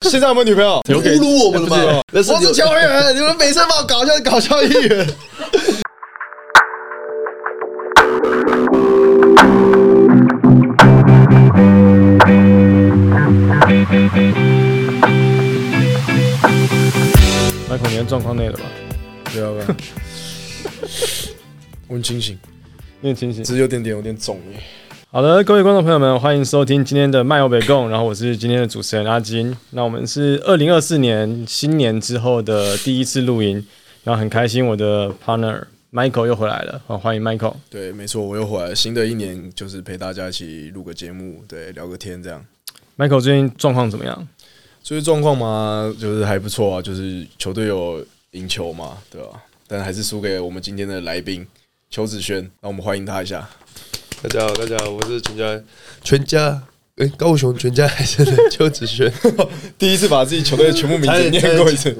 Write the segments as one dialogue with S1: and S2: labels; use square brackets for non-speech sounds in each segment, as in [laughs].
S1: [laughs]
S2: 现 [laughs] 在有没有女朋友？
S1: 有给
S3: 侮辱我们了吗？
S1: [laughs]
S3: 那是
S2: 我是
S3: 有
S2: 球员，你们每次帮我搞笑搞笑艺人。那可能状况内了吧？
S1: 不要
S2: [laughs]
S1: 吧，啊我很清醒，
S2: 你很清
S1: [laughs]
S2: 醒。
S1: 只是有点点有点肿耶。
S2: 好的，各位观众朋友们，欢迎收听今天的漫游北贡，然后我是今天的主持人阿金。那我们是二零二四年新年之后的第一次录音，然后很开心，我的 partner Michael 又回来了，好欢迎 Michael。
S1: 对，没错，我又回来了。新的一年就是陪大家一起录个节目，对，聊个天这样。
S2: Michael 最近状况怎么样？
S1: 所以状况嘛，就是还不错啊，就是球队有赢球嘛，对吧、但还是输给我们今天的来宾邱子轩，让我们欢迎他一下。
S3: 大家好，啊大家好，我是全家全家，哎、高雄全家还是邱
S1: [laughs]
S3: 子轩，
S1: 第一次把自己球队的全部名字念过一次，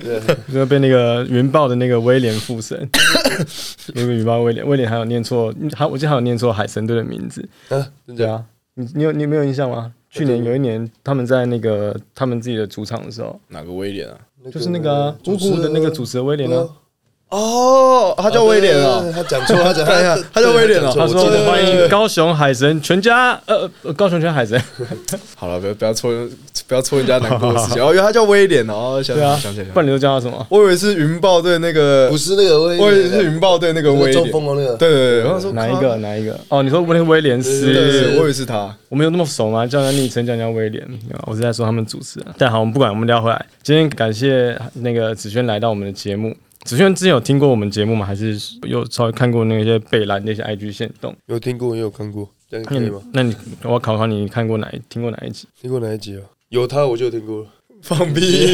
S2: 就是被那个云豹的那个威廉附身，
S1: [laughs]
S2: 那个云豹威廉，威廉还有念错，还我记得还有念错海神队的名字。
S3: 啊，真
S2: 对
S3: 的
S2: 啊，你你有你没有印象吗？去年有一年他们在那个他们自己的主场的时候，
S1: 哪个威廉啊？
S2: 就是那个啊乌布的那个主持人威廉啊，
S1: 哦，他叫威廉啊
S3: 对，他讲错，他讲哎呀，
S1: 他叫威廉啊
S3: 啊，
S2: 他
S3: 我
S2: 说
S3: 记得
S2: 欢迎高雄海神全家，呃，呃高雄全海神，
S1: 好了，不要不要戳不要戳人家难过的事情。哦，原来他叫威廉哦，想
S2: 对啊
S1: 想起来，想起
S2: 不
S1: 来，
S2: 然你都叫他什么？
S1: 我以为是云豹队那个
S3: 不，是那个威廉，啊
S1: 我以为是云豹队那个
S3: 那
S1: 威
S3: 个中
S1: 廉。
S3: 风哦那个，
S1: 对对对，我想说
S2: 哪一个？？哪一个？哦，你说威廉威廉
S1: 对对
S2: 斯，
S1: 对，我以为是他。
S2: 我们有那么熟吗？叫人家昵称，叫人家威廉，没有啊我是在说他们主持人。但好，我们不管，我们聊回来。今天感谢那个子轩来到我们的节目。子轩之前有听过我们节目吗？还是有稍微看过那些贝兰那些 IG 线动？
S3: 有听过也有看过，这样可
S2: 那
S3: 以
S2: 你
S3: 吗？
S2: 那你我要考考你，你看过哪一听过哪一集？ [laughs]
S3: 听过哪一集啊？有他我就听过了，
S1: 放屁！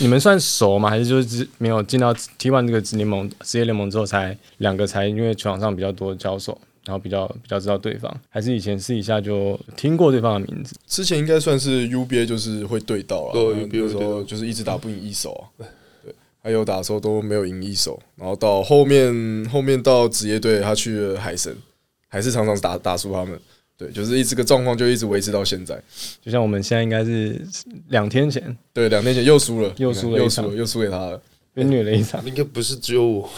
S2: 你们算熟吗？还是就是只没有进到 T1 这个职联盟职业联盟之后才两个才因为球场上比较多交手，然后比较比较知道对方，还是以前私底下就听过对方的名字？
S1: [laughs] 之前应该算是 UBA，就是会对到了。
S3: 对
S1: 然后
S3: UBA
S1: 那时
S3: 会对
S1: 候
S3: 到
S1: 就是一直打不赢一手、啊，对，还有打的时候都没有赢一手。然后到后面，后面到职业队，他去了海神，还是常常打打输他们。对，就是一直个状况就一直维持到现在。
S2: 就像我们现在应该是两天前
S1: 对，两年前又输了，
S2: 又输了
S1: 又
S2: 一
S1: 输
S2: 场
S1: 了，又输给他了。
S2: 被虐了一场。
S3: 应该不是只有我，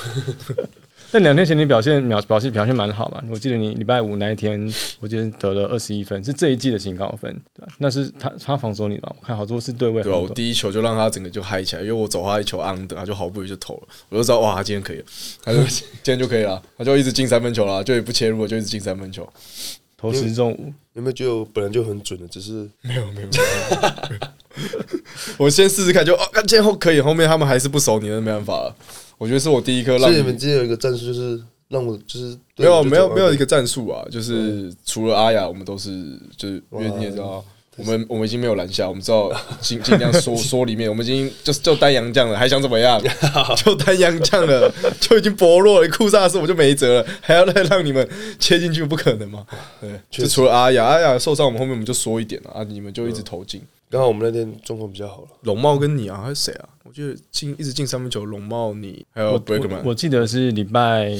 S2: 但两天前你表现表表现表现蛮好嘛？我记得你礼拜五那一天，我记得得了二十一分，是这一季的新高分，对吧？那是他他防守你吧？我看好多是对位
S1: 对吧、啊
S2: 很
S1: 我
S2: 多，
S1: 第一球就让他整个就嗨起来，因为我走他一球 under，他就毫不犹豫就投了，我就知道哇，他今天可以了，他
S2: [laughs]
S1: 就今天就可以了，他就一直进三分球了，就也不切入了，就一直进三分球。
S2: 投十中五，
S3: 有没有觉得我本来就很准的，只是
S1: [laughs] 我先试试看，就哦，看见后可以，后面他们还是不熟你，那没办法了。我觉得是我第一颗
S3: 所
S1: 让
S3: 以
S1: 你
S3: 你们之前有一个战术就是让我就是
S1: 没有啊没有没有一个战术啊，就是除了阿雅，我们都是就是因为你也知道，哦我们我们已经没有篮下，我们知 [laughs] 道尽尽量缩缩里面，我们已经就是就单阳将了，还想怎么 [laughs] 样？就单阳将了， [laughs] 就已经薄弱了，库萨斯我就没辙了，还要再让你们切进去，不可 [laughs] 能嘛？对，就除了阿雅，阿雅受伤，我们后面我们就缩一点了啊，你们就一直投进。
S3: 刚好我们那天状况比较好了，
S1: 龙猫跟你啊，还是谁啊？我记得进一直进三分球，龙猫你还有
S2: 我
S1: Breakman，
S2: 我我记得是礼拜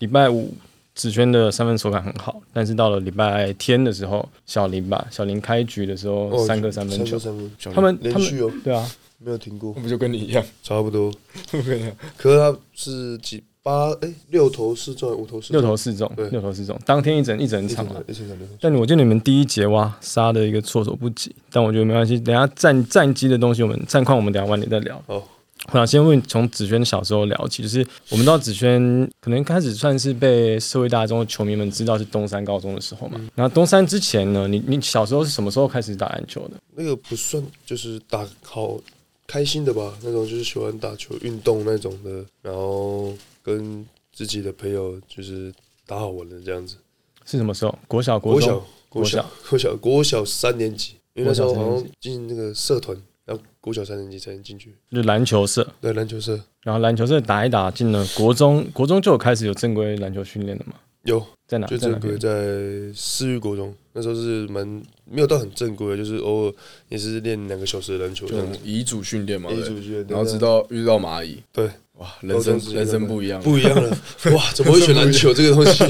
S2: 礼拜五，子轩的三分手感很好，但是到了礼拜天的时候，小林吧，小林开局的时候、
S3: 哦
S2: 三个三分球，
S3: 三分
S1: 小
S2: 他们
S3: 连
S2: 他们
S3: 续哦，
S2: 对啊，
S3: 没有停过
S1: 我，不就跟你一样？
S3: 差不
S2: [laughs]
S3: 多。
S1: 我跟你讲，
S3: 可是他是几八哎六头四中，五头四
S2: 六投四中
S3: 对，
S2: 六投四中，当天一整一整
S3: 一
S2: 场
S3: 场
S2: 啊。
S3: 一场六头，
S2: 但我记得你们第一节哇杀的一个措手不及，但我觉得没关系，等一下战战绩的东西我们战况我们等一下晚点再聊。
S3: 好
S2: 我想先问，从子轩小时候聊起，就是我们知道子轩可能开始算是被社会大众球迷们知道是东山高中的时候嘛。
S3: 嗯
S2: 然后东山之前呢，你你小时候是什么时候开始打篮球的？
S3: 那个不算就是打好开心的吧，那种就是喜欢打球运动那种的，然后跟自己的朋友就是打好玩的这样子。
S2: 是什么时候？国小、国
S3: 国
S2: 中
S3: 小、国小、国小、国小三年级，因为那时候好像进那个社团，然后国小三年级才能进去。
S2: 就是篮球社，
S3: 对，篮球社
S2: 然后篮球社打一打进了国中，国中就有开始有正规篮球训练了嘛？
S3: 有，
S2: 在哪？
S3: 就
S2: 在哪
S3: 正
S2: 边
S3: 规？在私域国中，那时候是蛮没有到很正规的，就是偶尔也是练两个小时的篮球这
S1: 就
S3: 样子。
S1: 嗯遗嘱训练嘛，
S3: A
S1: 对
S3: 组
S1: 不对。
S3: 训练，
S1: 然后
S3: 对
S1: 直到遇到蚂蚁，
S3: 对，
S1: 哇，人生
S3: 高中是
S1: 人生不一样，
S3: 不一样
S1: [laughs]
S3: 了，哇，怎么会选篮球这个东西？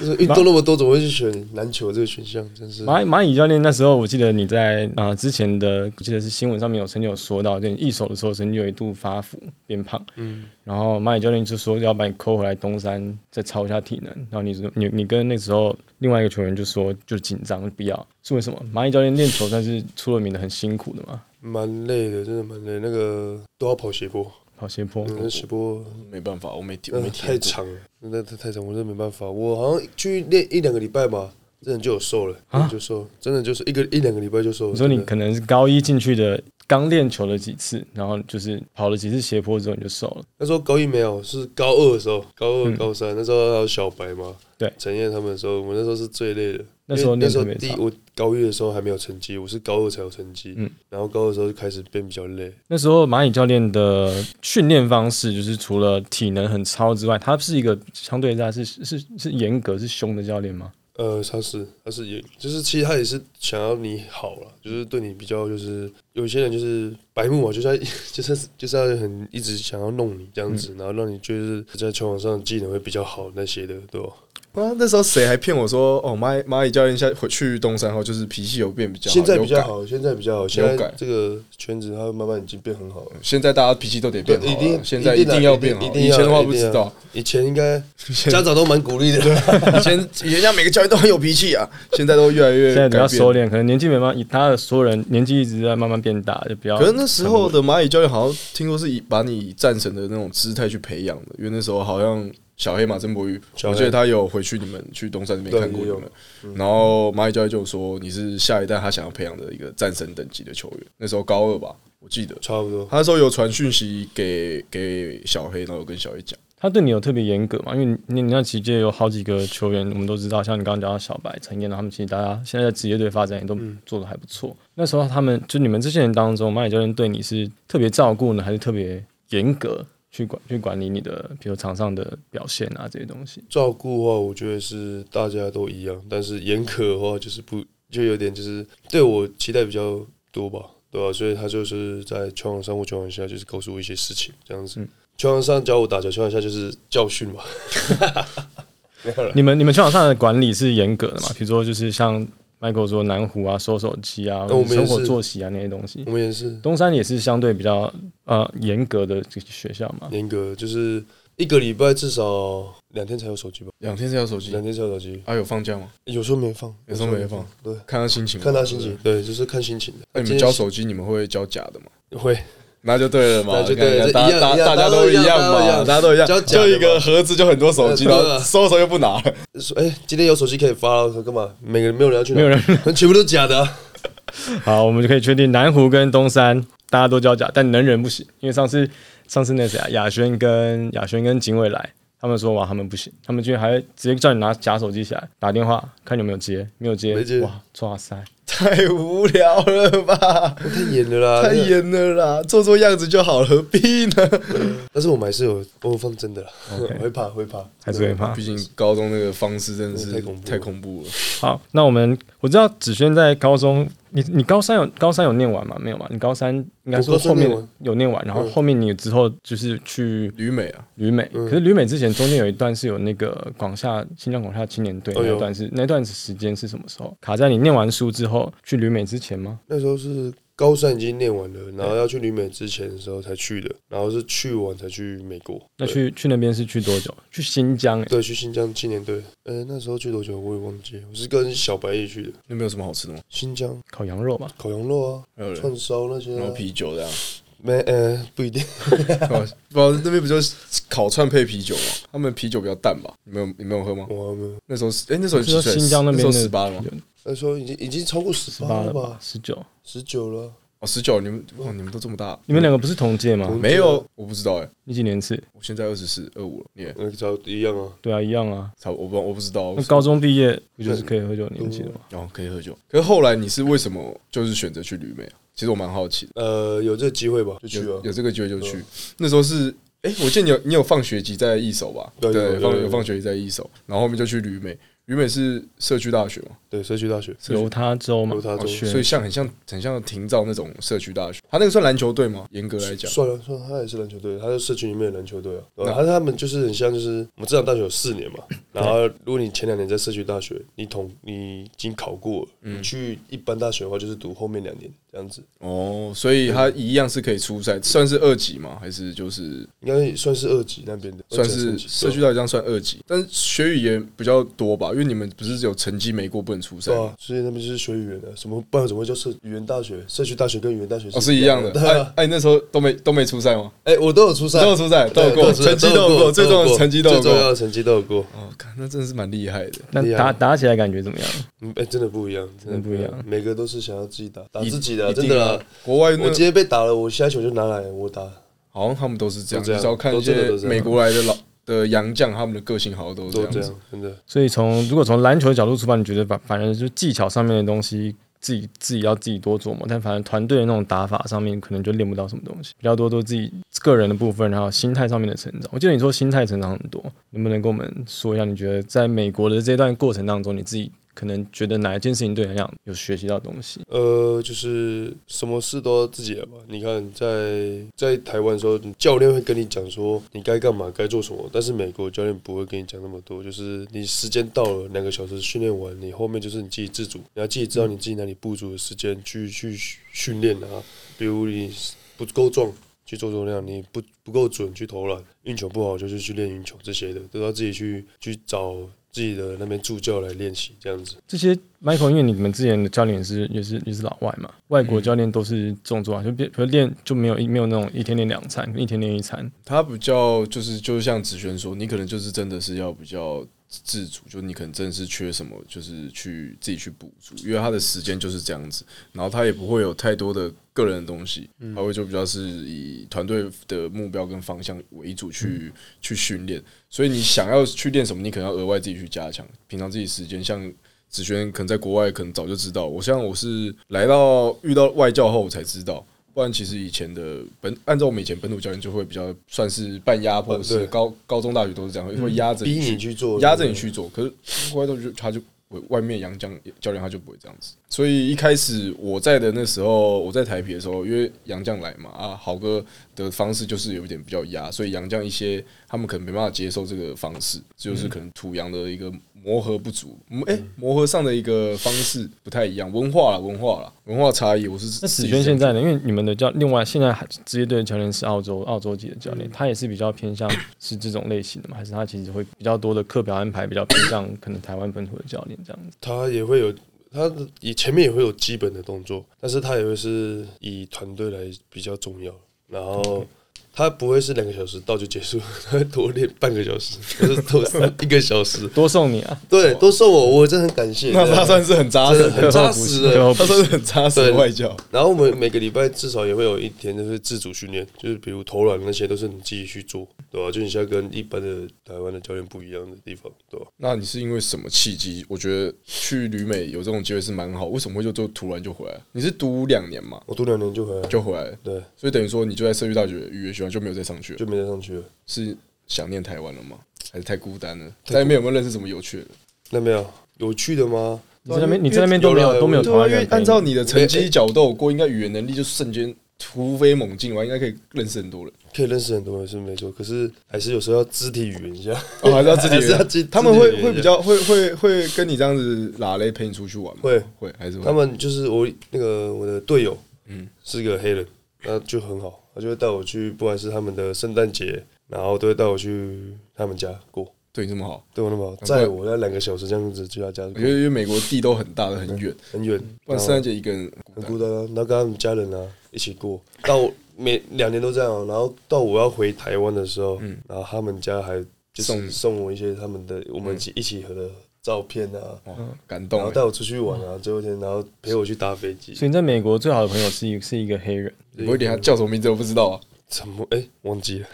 S3: 就是运动那么多，怎么会去选篮球这个选项？真是
S2: 蚂蚁蚂蚁教练那时候，我记得你在啊、呃之前的，我记得是新闻上面有曾经有说到，就你一手的时候曾经有一度发福变胖，嗯，然后蚂蚁教练就说要把你扣回来东山再操一下体能，然后你说你你跟那时候另外一个球员就说就紧张不要，是为什么？蚂蚁教练练球算是出了名的很辛苦的嘛，
S3: 蛮累的，真的蛮累。那个都要跑斜坡，
S2: 跑斜坡，
S3: 嗯那斜坡
S1: 没办法，我没体我
S3: 那
S1: 没体
S3: 太
S1: 验过，
S3: 长了，那太太长，我真的没办法。我好像去练一两个礼拜吧，真的就有瘦了，真的就瘦，真的就是一个一两个礼拜就瘦了。
S2: 啊你说你
S3: 真的
S2: 可能是高一进去的，刚练球了几次，然后就是跑了几次斜坡之后你就瘦了，
S3: 那时候高一没有，是高二的时候，高二、高三那时候还有小白嘛，
S2: 嗯对
S3: 陈燕他们的时候，我那时候是最累的。
S2: 那时候
S3: 因为那时候
S2: 练特
S3: 第
S2: 别
S3: 一
S2: 差
S3: 我高一的时候还没有成绩，我是高二才有成绩，
S2: 嗯
S3: 然后高二的时候就开始变比较累，
S2: 那时候蚂蚁教练的训练方式，就是除了体能很超之外，他是一个相对来说是是是严格是凶的教练吗？
S3: 呃，他是他是也就是其实他也是想要你好了，就是对你比较就是有些人就是白目嘛，就是他 [laughs] 就是就是要很一直想要弄你这样
S2: 嗯
S3: 子，然后让你就是在球场上技能会比较好那些的，对吧？
S1: 哇，那时候谁还骗我说，哦，蚂蚁蚂蚁教练下回去东山后，就是脾气有变比较好，
S3: 现在
S1: 有
S3: 比较
S1: 改。
S3: 好，现在比较好，现在
S1: 改
S3: 这个圈子它慢慢已经变很好了。
S1: 现在大家脾气都得变好
S3: 对
S1: 了，
S3: 一定
S1: 现在
S3: 一定啊
S1: 定要变好。
S3: 一定
S1: 以前的话
S3: 一定
S1: 不
S3: 要
S1: 知道，
S3: 以前
S1: [laughs]
S3: 应该家长都蛮鼓励的，
S1: 以前以前家每个教练都很有脾气啊，现在都越来越
S2: 现在比较
S1: 改
S2: 收
S1: 变。
S2: 敛，可能年纪没办法，以他的所有人年纪一直在慢慢变大，就比较。
S1: 可是那时候的蚂蚁教练好像听说是以把你战神的那种姿态去培养的，因为那时候好像小黑马曾博宇，
S3: 小黑
S1: 我记得他有回去你们去东山那边
S3: 对
S1: 看过你们
S3: 也有，嗯
S1: 然后蚂蚁教练就说你是下一代他想要培养的一个战神等级的球员，那时候高二吧，我记得。
S3: [laughs] 差不多。
S1: 他那时候有传讯息给给小黑，然后我跟小黑讲，
S2: 他对你有特别严格嘛？因为你你那期间有好几个球员，我们都知道，像你刚刚讲到小白、陈燕，他们其实大家现在在职业队发展也都
S1: 嗯
S2: 做的还不错。那时候他们就你们这些人当中，蚂蚁教练对你是特别照顾呢，还是特别严格去管去管理你的，比如场上的表现啊这些东西？
S3: 照顾的话，我觉得是大家都一样，但是严苛的话就是不就有点就是对我期待比较多吧，对吧、所以他就是在球场上或球场下，就是告诉我一些事情这样
S1: 嗯
S3: 子。球场上教我打球，球场下就是教训嘛。 [laughs]
S2: 你们你们球场上的管理是严格的嘛？比如说，就是像 Michael 说南湖啊、收手机啊、
S3: 那我们也
S2: 生活
S3: 是
S2: 作息啊那些东西
S3: [laughs] 我。们也是
S2: 东山也是相对比较呃严格的这个学校嘛，
S3: 严格，就是一个礼拜至少两天才有手机吧，
S1: 两天才有手机
S3: 两，天才有手机，
S1: 啊有放假吗？
S3: 有时候没放，
S1: 有时候没放，
S3: 对。
S1: 看他心情，哎
S3: 看他心情，。对，就是看心情的。
S1: 那你
S3: 今
S1: 们
S3: 天
S1: 交手机，你们会交假的吗？
S3: 会，
S1: 那就对了嘛，
S3: 那就对了
S1: 你看大
S3: 这一样
S1: 大
S3: 一样
S1: 大家都
S3: 大家都一样
S1: 样
S3: 大家都
S1: 嘛，
S3: 一样
S1: 大家都一样，
S3: 交假的
S1: 就
S3: 嘛
S1: 一个盒子就很多手机，
S3: 呃
S1: 然
S3: [laughs] 对啊
S1: 后收手又不拿 [laughs] 了，
S3: 说哎、今天有手机可以发了，干嘛？每个人没有人要去拿，
S2: 没有人
S3: 全部都假的、啊。
S2: 好，我们就可以确定南湖跟东山大家都交假，但能人不行，因为上次上次那谁啊，亚轩跟亚轩跟警卫来，他们说哇他们不行，他们居然还直接叫你拿假手机起来打电话，看有没有接，没有接，
S3: 没接
S2: 哇，哇塞，
S1: 太无聊了
S3: [laughs]
S1: 吧，
S3: 太严了啦，
S1: [laughs] 太
S3: 那个
S1: 严了啦，做做样子就好了，何必呢？
S3: 啊但是我们还是有，我放真的啦，会怕会怕，
S2: 还是会
S1: [laughs]
S2: 怕
S1: 毕。竟高中那个方式真的是
S3: 太恐怖了
S1: 太恐怖了，
S2: 好，那我们我知道子轩在高中，你你高三有高三有念完吗？没有吧？你高三应该说
S3: 我高
S2: 后
S3: 三
S2: 面
S3: 念完
S2: 有念完，然后后面你之后就是去
S1: 旅美啊，
S2: 旅美，可是旅美之前中间有一段是有那个广厦新疆广厦青年队
S3: 哎呦
S2: 那一段是那段时间是什么时候？卡在你念完书之后去旅美之前吗？
S3: 那时候是高三已经念完了，然后要去旅美之前的时候才去的，然后是去完才去美国。
S2: 那
S3: 对
S2: 去去那边是去多久？去新疆诶、
S3: 对去新疆青年队，呃、那时候去多久我也忘记，我是跟小白一起去的。
S1: 那边有什么好吃的吗？
S3: 新疆
S2: 烤羊肉吧。
S3: 烤羊肉啊，
S1: 还有人，
S3: 串烧那些、
S1: 然后
S3: 啊，
S1: 啤酒这样， [laughs] 哦
S3: 没呃不一定， [laughs]
S1: 不知道那边不就是烤串配啤酒吗？他们啤酒比较淡吧？你们有你们有喝吗？
S3: 我还没有。
S1: 那时候是哎、那时候
S2: 你
S1: 几
S2: 说
S1: 岁？
S2: 新疆那边的
S1: 十八了吗？
S3: 那时候已经已经超过十
S2: 十
S3: 八
S2: 八
S3: 了
S2: 了
S3: 吧
S2: 吧，，十九。
S3: 十九了。
S1: 哦，十九，你们哇，你们都这么大？
S2: 你们两个不是同届吗？
S3: 同
S1: 没有？我不知道哎、
S2: 你几年次？
S1: 我现在二十四、二五了，你也
S3: 那个差不多一样啊，
S2: 对啊，一样啊。
S1: 差不多，我不我不知道。我
S2: 那高中毕业不就是可以喝酒年纪了吗？
S1: 哦，可以喝酒。可是后来你是为什么就是选择去旅美啊？其实我蛮好奇的，
S3: 呃，有这个机会吧，就去啊嗯
S1: 有
S3: 了
S1: 有。这个机会就去。那时候是哎、我记得你有你有放学籍在一手吧？
S3: 对有有
S1: 放
S3: 有
S1: 有放学籍在一手，然后后面就去旅美。原本是社区大学嘛，
S3: 对，社区大学
S2: 犹他州嘛，
S3: 犹他州
S2: 我选
S1: 所以像很像很像廷造那种社区大学。他那个算篮球队吗？严格来讲，
S3: 算了算了，他也是篮球队，他是社区里面的篮球队啊。对吧他他们就是很像，就是我们这场大学有四年嘛，然后如果你前两年在社区大学，你统你已经考过了，你去一般大学的话，就是读后面两年这样子，
S1: 哦，所以他一样是可以出赛，算是二级吗？还是就是
S3: 应该算是二级那边的，
S1: 算
S3: 二
S1: 是
S3: 级
S1: 社区大
S3: 对啊
S1: 学这样算二级？但是学语言比较多吧，因为你们不是只有成绩没过不能出赛
S3: 对
S1: 吗
S3: 啊，所以那边就是学语言的，什么不然怎么会叫社语言大学？社区大学跟语言大学
S1: 哦，是一样的。
S3: 对
S1: 哎
S3: 啊
S1: 哎，那时候都没都没出赛吗？
S3: 哎，我都有出赛，
S1: 都有出赛
S3: 对
S1: 都有过
S3: 出赛
S1: 成绩都有过最重要的成绩都有过
S3: 最重要的成绩都有过。
S1: 哦，看那真的是蛮厉害的。
S2: 那
S3: 厉害
S2: 打打起来感觉怎么样？
S3: 嗯，哎、真的不一样，真的不一
S2: 真的不一
S3: 样，每个都是想要自己打，打自己的啊，
S1: 一定
S3: 真的啊。
S1: 国外那
S3: 我今天被打了，我下一球就拿来我打。
S1: 好像他们都是这样，
S3: 都这
S1: 你
S3: 样
S1: 只要看一
S3: 都真的
S1: 些
S3: 都这样
S1: 美国来的老的洋将，他们的个性好像都是
S3: 都
S1: 这
S3: 这
S1: 样子。
S3: 样，真的。
S2: 所以从如果从篮球的角度出发，你觉得反反正就技巧上面的东西，自己自己要自己多琢磨，但反正团队的那种打法上面，可能就练不到什么东西，比较多都自己个人的部分，然后心态上面的成长。我记得你说心态成长很多，能不能跟我们说一下，你觉得在美国的这段过程当中，你自己可能觉得哪一件事情对你来讲有学习到东西？
S3: 呃，就是什么事都要自己来吧。你看在，在台湾的时候，你教练会跟你讲说你该干嘛，该做什么，但是美国教练不会跟你讲那么多。就是你时间到了，两个小时训练完，你后面就是你自己自主，你要自己知道你自己哪里不足的时间去去训练啊。比如你不够壮，去做重量，你不不够准去投篮，运球不好就是去练运球这些的，都要自己去去找自己的那边助教来练习这样子。
S2: 这些 Michael，因为你们之前的教练也是也是也是老外嘛，外国
S1: 嗯
S2: 教练都是重做啊，就比比如练就没有一没有那种一天练两餐，一天练一餐，
S1: 他比较就是就像子轩说，你可能就是真的是要比较自主，就你可能真的是缺什么，就是去自己去补足，因为他的时间就是这样子，然后他也不会有太多的个人的东西，
S3: 嗯
S1: 他会就比较是以团队的目标跟方向为主
S3: 嗯
S1: 去、去训练，所以你想要去练什么，你可能要额外自己去加强，平常自己时间像。子轩可能在国外可能早就知道，我像我是来到遇到外教后我才知道，不然其实以前的本按照我们以前本土教练就会比较算是半压迫
S3: 嗯
S1: 式，
S3: 对嗯
S1: 高高中大学都是这样，会压着
S3: 逼你去做，
S1: 压着你去做。可是国外都就他就我外面洋将教练他就不会这样子，所以一开始我在的那时候，我在台皮的时候，因为洋将来嘛啊，豪哥的方式就是有一点比较压，所以洋将一些他们可能没办法接受这个方式，这就是可能土洋的一个磨合不足，嗯诶，磨合上的一个方式不太一样，文化啦，文化啦，文化差异，我是自
S2: 那子
S1: 己
S2: 轩
S1: 这样
S2: 现在呢？因为你们的教另外现在还职业队的教练是澳洲澳洲籍的教
S1: 嗯
S2: 练，他也是比较偏向是这种类型的嘛？还是他其实会比较多的课表安排比较偏向可能台湾本土的教练这样子？
S3: 他也会有他以前面也会有基本的动作，但是他也会是以团队来比较重要，然后。他不会是两个小时到就结束， [laughs] 他会多练半个小时，或是多一个小 [laughs] 时。
S2: 多送你啊！
S3: 对，都送我，我真的很感谢。
S1: 那他
S3: 对啊
S1: 算是很扎实
S3: 真的很
S1: 的，
S3: 扎实的
S2: 课后
S1: 他
S2: 补习
S1: 算是很扎实的外教。
S3: 然后我们每个礼拜至少也会有一天就是自主训练，就是比如投篮那些都是你自己去做，对吧、就你现在跟一般的台湾的教练不一样的地方，对吧、
S1: 那你是因为什么契机？我觉得去旅美有这种机会是蛮好。为什么会就就突然就回来？你是读两年嘛，
S3: 我读两年就回来，
S1: 就回来了，
S3: 对，
S1: 所以等于说你就在社区大学预约学校就没有再上去了，
S3: 就没再上去了。
S1: 是想念台湾了吗？还是太孤单了？在那边有没有认识什么有趣的？
S3: 那没有有趣的吗？
S2: 你在那边你在那边都没
S3: 有
S2: 有
S3: 啦
S2: 都没有
S3: 我
S2: 台
S1: 对啊，
S2: 湾
S1: 因为
S2: 人陪
S1: 按
S2: 你，
S1: 照你的成绩角斗过，应该语言能力就瞬间突飞猛进完，应该可以认识很多人。
S3: [laughs] 可以认识很多人是没错，可是还是有时候要肢体语言一下。
S1: 哦，还是要自己
S3: [laughs] 还是要自
S1: 人，他们
S3: 自己
S1: 会
S3: 人
S1: 会比较会会会跟你这样子拉嘞陪你出去玩吗？
S3: 会
S1: 会还是会
S3: 他们就是我那个我的队友，嗯，是个黑人，那就很好，他就会带我去，不管是他们的圣诞节，然后都会带我去他们家过，
S1: 对你这么好。
S3: 对我那么好，载我那两个小时这样子去他家
S1: 我
S3: 过
S1: 觉，得因为美国地都很大的很远，
S3: 很远，
S1: 不然圣诞节一个人
S3: 很孤单啊。然后跟他们家人啊一起过，到我每两年都这样哦、然后到我要回台湾的时候，然后他们家还就
S1: 嗯送嗯
S3: 是送我一些他们的我们一起一起合的照片啊，
S2: 嗯
S1: 哇，感
S3: 然
S1: 动
S3: 后带
S1: 欸。
S3: 我出去玩啊，最后一天，然后陪我去搭飞机
S2: 所。以你在美国最好的朋友是一是一个黑人，
S1: 我有点他叫什么名字我不知道啊，
S3: 怎么哎、忘
S1: [laughs]
S3: 记了，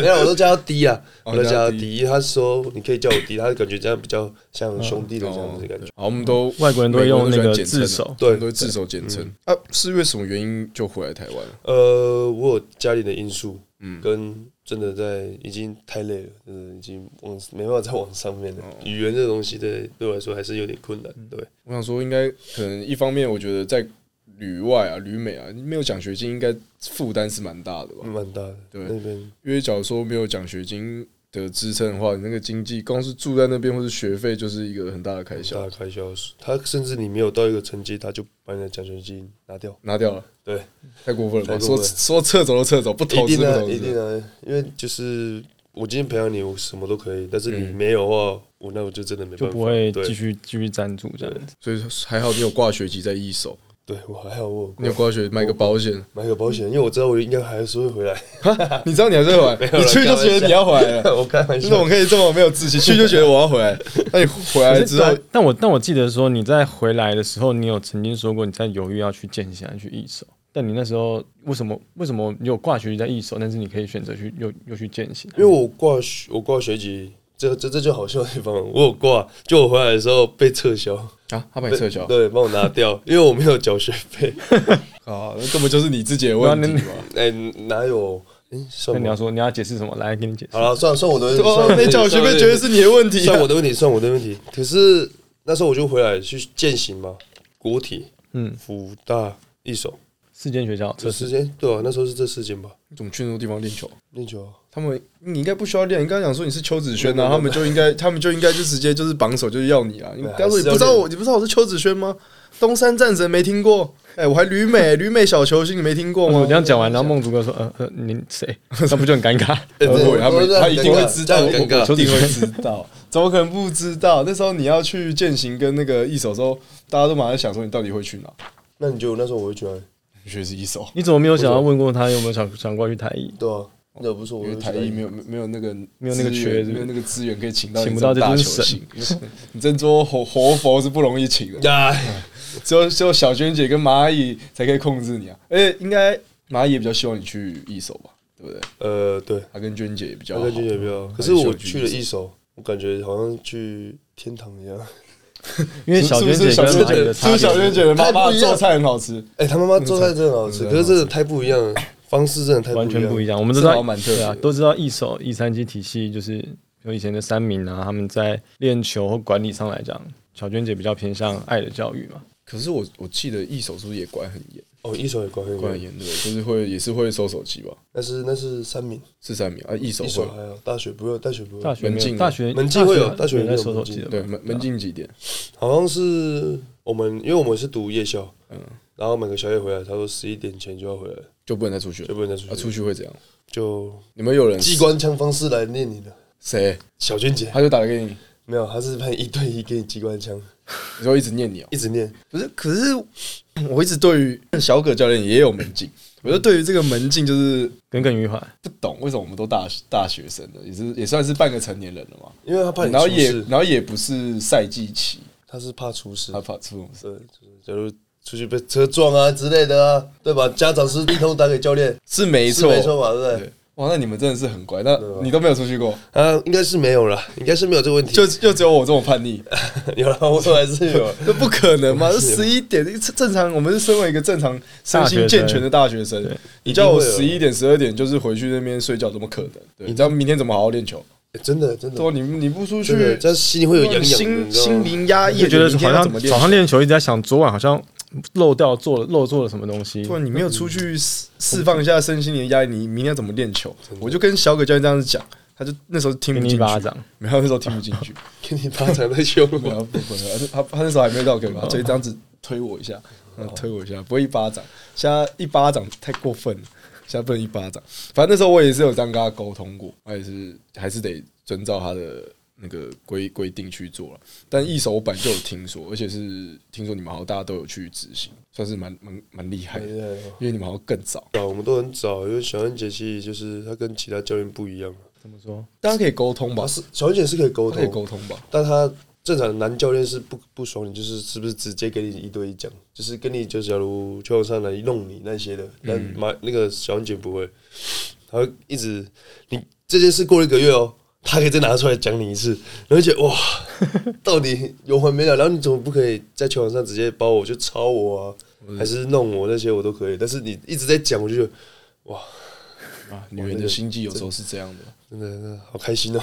S3: 没有，我都叫他 D 啊，
S1: 哦
S3: 我都叫
S1: 叫他
S3: 他
S1: D
S3: D，因为他说你可以叫我 D，他感觉这样比较像兄弟的这样
S1: 哦
S3: 子的感觉。
S1: 好，我们都
S2: 嗯外国人都会用
S1: 美
S2: 那个
S1: 国人都喜欢简称啊
S2: 字首
S3: 对嗯
S1: 都会字首简称。啊，是因为什么原因就回来台湾了？
S3: 呃，我有家里的因素，跟真的在已经太累了，真的已经往没办法再往上面了。语言这东西对对我来说还是有点困难，对。
S1: 我想说，应该可能一方面，我觉得在旅外啊、旅美啊，没有奖学金，应该负担是蛮大的吧？
S3: 蛮大的，
S1: 嗯对
S3: 那边
S1: 因为假如说没有奖学金的支撑的话，你那个经济光是住在那边或是学费就是一个很大的开
S3: 大
S1: 销，
S3: 开销是，他甚至你没有到一个成绩，他就把你的奖学金拿掉。
S1: 拿掉了，
S3: 对，
S1: 太过分了吧？
S3: 太
S1: 说
S3: 过分
S1: 说撤走就撤走，不投资
S3: 一
S1: 不
S3: 定啊，
S1: 投
S3: 一定
S1: 资。
S3: 啊，因为就是我今天培养你，我什么都可以，但是你没有的话，我那我就真的没
S2: 就
S3: 办法，
S2: 不会
S3: 对
S2: 继续继续赞助这样子。
S1: 所以还好你有挂学籍在一手，
S3: 对我还好，我有
S1: 你有挂学买个保险。
S3: 买个保险，因为我知道我应该还是会回来。 [laughs]
S1: 你知道你还是会
S3: 啊没有
S1: 回来，
S3: 啦
S1: 你去就觉得你要回来了。
S3: 我开玩
S1: 你
S3: 笑
S1: 怎，么可以这么没有自信？去就觉得我要回
S3: [laughs]
S1: 来，那你回来
S2: 可是
S1: 哎之后
S2: 但，但我但我记得说你在回来的时候，你有曾经说过你在犹豫要去剑侠去一手，但你那时候为什么为什么你有挂学籍在一手，但是你可以选择去又又去剑侠？
S3: 因为我挂学我挂学籍，这这这就好笑的地方，我有挂，就我回来的时候被撤销，
S1: 啊，他把你撤销，
S3: 对，帮我拿掉， [laughs] 因为我没有缴学费。
S1: 啊，那根本就是你自己的问题嘛。
S3: 哎、哪有？哎、算
S2: 那
S3: 吧
S2: 你要说你要解释什么？来给你解释
S3: 好。了，算算我的问题，
S1: 哦
S3: 算，
S1: 没缴学费绝对是你的问题啊。
S3: 算我的问题，算我的问题。可是那时候我就回来去践行嘛，国体、
S2: 嗯，
S3: 福大、一手，
S2: 四间学校测
S3: 这
S2: 试
S3: 时间对啊，那时候是这时间吧，
S1: 你怎么去那种地方练球？
S3: 练球啊。
S1: 他们你应该不需要练，你刚刚讲说你是邱子轩呐、啊，他们就应该他们就应该就直接就是榜首就是要你啊！你
S3: 对啊
S1: 不要说你不知道我你不知道我是邱子轩吗？东山战神没听过？哎、我还旅美旅美小球星你没听过
S2: 我
S1: 吗
S2: 这？样讲完，然后孟竹哥说：“呃呃，您谁？” [laughs] 那不就很尴尬？
S1: [laughs]
S3: 哎
S1: 不会，他们
S3: 这样
S1: 他一定会知道，
S3: 这样很
S1: 我
S3: 尴
S1: 我
S3: 尬。
S1: 一定会知道，怎么可能不知道？那时候你要去践行跟那个一手的时候，大家都马上想说你到底会去哪？
S3: 那你就那时候我会觉得，
S1: 你学是一手，
S2: 你怎么没有想要问过他有没有想想过去台艺？
S3: 对啊，那不是我
S1: 因为
S3: 就
S1: 台艺没有没有那个
S2: 没有那个
S1: 资源
S2: 缺是不是
S1: 没有那个资源可以请到
S2: 请
S1: 你
S2: 不
S1: 这种
S2: 到
S1: 大
S2: 这
S1: 球
S2: 尊
S1: 星， [laughs] 你这桌活活佛是不容易请的。
S3: 呀，
S1: 只有只有小娟姐跟蚂蚁才可以控制你啊！而且应该蚂蚁也比较希望你去一手吧，对不对？
S3: 呃，对，
S1: 她跟娟姐也比较
S3: 那
S1: 好
S3: 个就也比较。可是我去了一手，我感觉好像去天堂一样。 [laughs]
S2: 因为小娟姐跟
S1: 是不是小
S2: 蚂蚁
S1: 娟姐
S2: 的
S1: 是
S2: 差
S1: 不是
S2: 别，
S1: 小娟姐的妈
S3: 太
S1: 妈
S3: 不一样
S1: 做菜很好吃，
S3: 哎，他妈妈做菜真的很好吃，
S1: 嗯
S3: 可是真的太不一样了，方式真的太
S2: 完全不一
S3: 样。
S2: 样。我们都知
S1: 这
S2: 道
S1: 老板，特别
S2: 对啊，都知道一手一三七体系，就是有以前的三名啊，他们在练球和管理上来讲，小娟姐比较偏向爱的教育嘛。
S1: 可是我我记得一手是不是也管很严？
S3: 哦，一手也管
S1: 管
S3: 很
S1: 很
S3: 严，
S1: 严对不对？就是会也是会收手机吧？
S3: 那是那是三名，
S1: 是三名啊，一手
S3: 一
S1: 会
S3: 手还有大学不会，大学不会，
S2: 大学没
S1: 门禁
S2: 有，
S1: 啊
S2: 大学
S3: 门禁会有大学
S2: 没
S3: 也
S2: 有
S3: 有
S2: 在收手
S3: 门禁
S2: 机的嘛，
S1: 对啊门门禁几点？
S3: 好像是我们，因为我们是读夜校，然后买个宵夜回来，他说十一点前就要回来，
S1: 就不能再出去
S3: 就
S1: 了。
S3: 不能再出去，
S1: 啊，出去会怎样？
S3: 就
S1: 你们有人
S3: 机关枪方式来念你的。
S1: 谁？
S3: 小娟姐
S1: 他就打了给你，
S3: 没有，他是派一对一给你机关枪，
S1: 你说一直念你哦。
S3: 一直念。
S1: 不是，可是我一直对于小葛教练也有门禁，我就对于这个门禁就是
S2: 耿耿于怀。
S1: 不懂为什么我们都大大学生了，也是也算是半个成年人了嘛。
S3: 因为他怕你
S1: 然后
S3: 出
S1: 也
S3: 事，
S1: 然后也不是赛季期，
S3: 他是怕出事
S1: 他，怕出什么事？
S3: 对，就是假如出去被车撞啊之类的啊，对吧？家长是一通打给教练，
S1: 是没
S3: 是
S1: 错，
S3: 没错嘛，对不对？
S1: 对。哇，那你们真的是很乖，那你都没有出去
S3: [laughs]
S1: 过，
S3: 啊，应该是没有了，应该是没有这个问题。
S1: 就就只有我这种叛逆，
S3: 有了，我还是
S1: [laughs]
S3: 有。
S1: 这不可能
S3: [laughs]
S1: 嘛？
S3: 啊
S1: 十一点正正常，我们是身为一个正常身心健全的大学生
S2: 对，
S1: 你叫我
S3: 一定
S1: 十
S3: 会有嗯
S1: 一点、十二点就是回去那边睡觉，怎么可能？对，你知道明天怎么好好练球？
S3: 欸真的，真的，
S1: 说你你不出去
S3: 真，的，这样心里会有痒痒的，
S1: 心
S3: 你知道吗
S1: 心灵压抑，
S2: 就觉得
S1: 你明天
S2: 好
S1: 要
S2: 像
S1: 怎么练
S2: 早上练球一直在想，昨晚好像漏掉做了漏做了什么东西
S1: 不。然你没有出去
S3: 嗯
S1: 释释放一下身心灵的压力，你明天怎么练球？我就跟小葛教练这样子讲，他就那时候听不
S2: 给
S1: 进去，
S2: 你一巴掌，
S1: 没有那时候听不进去，
S3: 给你巴掌在胸 [laughs]
S1: 然
S3: 口。
S1: 后不回来，他他那时候还没有到可以吧，所以这样子推我一下，嗯推我一下，不会一巴掌，现在一巴掌太过分了，现在不能一巴掌。反正那时候我也是有这样跟他沟通过，他也是还是得遵照他的。那个规规定去做了，但一手我本来就有听说，而且是听说你们好像大家都有去执行，算是蛮蛮蛮厉害的，
S3: 厉害哦
S1: 因为你们好像更早。
S3: 啊早，我们都很早，因为小恩姐其实就是她跟其他教练不一样，
S2: 怎么说？
S1: 大家可以沟通吧
S3: 啊她，是小恩姐是可以沟
S1: 可以
S3: 通，
S1: 沟通吧。
S3: 但她正常的男教练是不不爽你，就是是不是直接给你一对一讲，就是跟你就假如球场上来弄你那些的，但妈那个小安姐不会，她会一直你这件事过了一个月哦，她可以再拿出来讲你一次，然后就觉得哇，到底有完没了？然后你怎么不可以在球场上直接包我就抄我啊，还是弄我那些我都可以，但是你一直在讲，我就觉得
S1: 啊，女人的心计有时候是这样的。
S3: 真的真的好开心哦。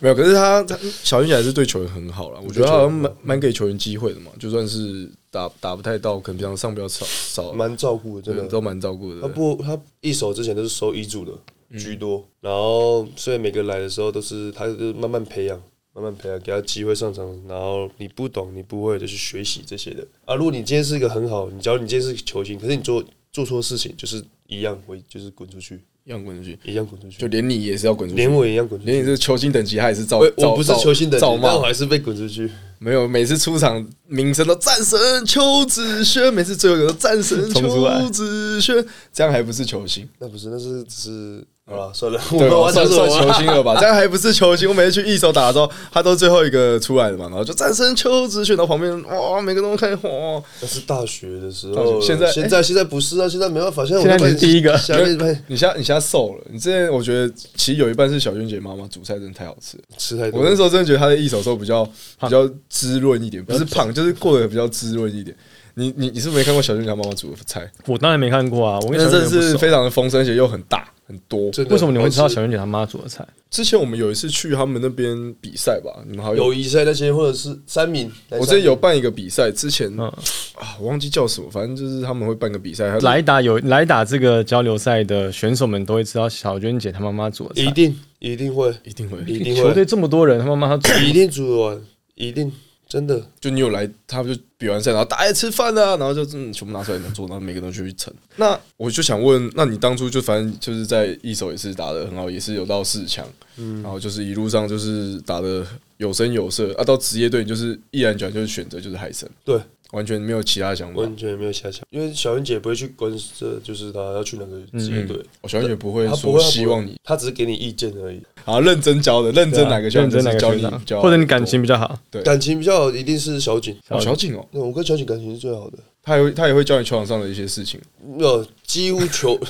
S1: 没有，可是他他小英姐还是对球员很好了，我觉得他好像蛮蛮给球员机会的嘛，就算是打打不太到，可能平常上比较少少，
S3: 蛮照顾的，真
S1: 对
S3: 的。
S1: 都蛮照顾
S3: 他
S1: 的。
S3: 不，他一手之前都是收遗嘱
S1: 嗯
S3: 的居多，然后所以每个来的时候都是他就是慢慢培养，慢慢培养，给他机会上场，然后你不懂你不会的去学习这些的啊。如果你今天是一个很好，你假如你今天是球星，可是你做做错事情，就是一样回，就是滚出去，
S1: 一样滚出去，
S3: 一样滚出去，
S1: 就连你也是要滚出去，
S3: 连我也一样滚出
S1: 连
S3: 去。
S1: 你这球星等级，他也是照
S3: 我
S1: 照
S3: 我不是
S1: 照
S3: 球星的，
S1: 照
S3: 但我
S1: 骂。
S3: 还是被滚出去。
S1: 没有，每次出场名声都战神邱子轩，每次最后一个都战神
S2: 冲出来
S1: 邱子轩，这样还不是球星？
S3: 那不是，那是只是好了，算了，我
S1: 对
S3: 我
S1: 吧？
S3: 要讲
S1: 算
S3: 什
S1: 算球
S3: 么啊？
S1: 星了吧？这样还不是球星？我每次去一手打的时候，他都最后一个出来的嘛，然后就战胜邱子轩，然后旁边哇，每个都看哇，
S3: [laughs] 那是大学的时
S1: 大学
S3: 候了，
S1: 现在
S3: 现在现在不是啊，现在没办法，现在我
S2: 现在你是第一个
S3: 下面班
S1: 呃你现在你现在瘦了，你之前我觉得其实有一半是小娟姐妈妈煮菜真的太好吃了。
S3: 吃太多
S1: 我
S3: 了，
S1: 那时候真的觉得她的一手瘦比较比较滋润一点，不是胖，就是过得比较滋润一点。你你你是不是没看过小娟家妈妈煮的菜？
S2: 我当然没看过啊，我跟
S1: 那
S2: 小
S1: 真的
S2: 娟姐不
S1: 是
S2: 熟
S1: 非哦常的丰盛，而且又很大很多。
S3: 真的
S2: 为什么你会知道小
S3: 然
S2: 娟
S3: 后
S2: 姐她妈煮的菜？
S1: 之前我们有一次去他们那边比赛吧，你们好
S3: 是
S1: 像有
S3: 友谊赛那些，或者是三名？
S1: 我之前有办一个比赛，之前、
S2: 嗯
S1: 啊，我忘记叫什么，反正就是他们会办个比赛，还
S2: 来打有来打这个交流赛的选手们都会知道小娟姐她妈妈煮的
S3: 一
S2: 菜。
S3: 定一定会
S1: 一定会，
S3: 一定
S2: 球队
S3: 会
S2: 这么多人，她妈妈她煮，
S3: 一定煮得完，一定真的
S1: 就你有来，他们就比完赛，然后大家吃饭啊，然后就嗯，全部拿出来能做，然后每个人都去盛。那我就想问，那你当初就反正就是在一手也是打的很好，也是有到四强，
S2: 嗯
S1: 然后就是一路上就是打的有声有色啊，到职业队你就是毅然决然就是选择就是海神，
S3: 对，
S1: 完全没有其他的想法。
S3: 完全没有遐想，因为小云姐不会去关涉，就是她要去哪个职业队，
S1: 我小姐不会
S3: 她不
S1: 说
S3: 会
S1: 希望你，
S3: 她只是给你意见而已。
S1: 啊，认真教的，认真哪个
S2: 啊认
S1: 教
S2: 真哪
S1: 哪
S2: 个
S1: 教
S2: 学
S1: 你
S2: 长
S1: 比较，
S2: 或者你感情比较好，
S1: 对
S3: 感情比较好一定是小景，
S1: 哦小景哦，
S3: 那我跟小景感情是最好的，
S1: 他也会他也会教你球场上的一些事情。
S3: 没有几乎球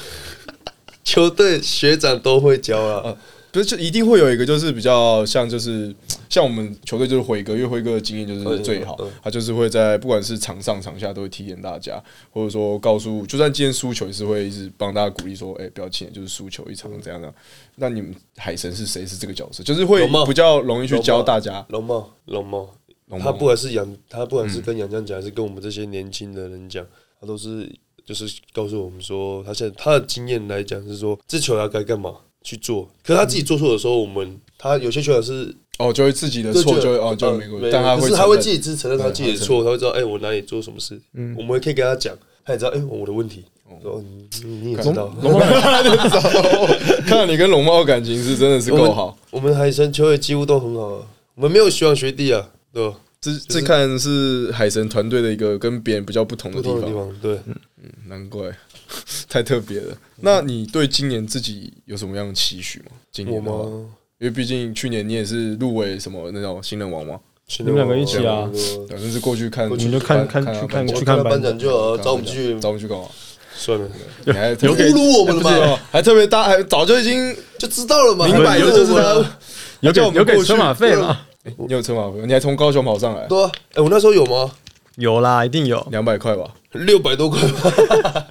S3: [laughs] 球队学长都会教
S1: 嗯
S3: 啊。
S1: 不是，就一定会有一个，就是比较像，就是像我们球队就是辉哥，因为辉哥的经验就是最好
S3: 嗯嗯，
S1: 他就是会在不管是场上场下都会提点大家，或者说告诉，就算今天输球也是会一直帮大家鼓励说，哎、不要气馁，就是输球一场
S3: 嗯
S1: 这样的。那你们海神是谁？是这个角色，就是会
S3: 龙茂
S1: 比较容易去教大家。
S3: 龙茂，龙茂，
S1: 龙嗯
S3: 他
S1: 茂
S3: 不管是杨，他不管是跟杨绛讲，还是跟我们这些年轻的人讲，他都是就是告诉我们说，他现在他的经验来讲是说，这球要该干嘛去做。可是他自己做错的时候，我们他有些球员是
S1: 哦，就会自己的错就会哦就没过，但他
S3: 呃可
S1: 会
S3: 是他
S1: 承
S3: 会
S1: 认
S3: 自己自己承认他自己的错，他会知道，哎，我哪里做什么事，
S1: 嗯
S3: 我们可以跟他讲，他也知道，哎，我的问题。哦，你你也知道，
S2: 龙猫
S1: [laughs] 看到你跟龙猫的感情是真的是
S3: 我们
S1: 够好。
S3: 我们海神球也几乎都很好啊，我们没有学长学弟啊，对吧？
S1: 这这看是海神团队的一个跟别人比较不同的
S3: 不
S1: 地
S3: 同的
S1: 方
S3: 地。方，对。
S1: 嗯难怪， [laughs] 太特别了。那你对今年自己有什么样的期许吗？今
S3: 我
S1: 年的话，
S3: 吗？
S1: 因为毕竟去年你也是入围什么那种新人王嘛，
S3: 你
S2: 你们两个一起啊
S1: 对，那是过去看，
S3: 过去
S2: 你就看看
S1: 看
S2: 去
S1: 看
S2: 看
S3: 我
S2: 去看
S3: 看到
S2: 班
S3: 班
S2: 长，
S3: 长就好，找我们
S1: 班长
S3: 去，
S1: 找我们去干
S2: [laughs]
S1: 嘛？
S3: 算了，
S1: 你还有
S3: 有侮辱我们了吗？
S1: 还特别大，还早就已经
S3: 就知道了嘛，
S1: 明摆着就是
S3: 啊
S1: 他，
S2: 有给
S1: 叫我们
S2: 有给
S1: 过去
S2: 车马费吗？
S1: 你有车马费，你还从高雄跑上来，
S3: 对啊，哎，我那时候有吗？
S2: 有啦，一定有。
S1: 两百块吧，
S3: 六百多块吧，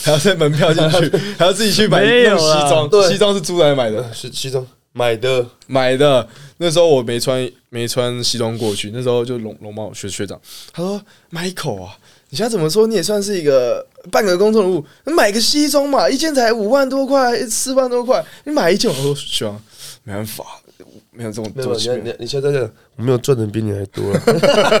S1: 还要塞门票进
S2: [laughs]
S1: 去，还要自己去买
S2: 没有
S1: 弄
S2: 啦
S1: 西装，
S3: 对
S1: 西装是租来买的，
S3: 是西装买的，
S1: 买的。那时候我没穿没穿西装过去，那时候就龙龙猫学学长，他说：“Michael 啊，你现在怎么说？你也算是一个半个公众人物，你买个西装嘛，一件才五万多块，四万多块，你买一件。”我说：“学长，没办法，没有这种
S3: 没
S1: 这
S3: 有，
S1: 种
S3: 你
S1: 钱。
S3: 你你现在讲，我没有赚的比你还多啊了，
S2: [laughs]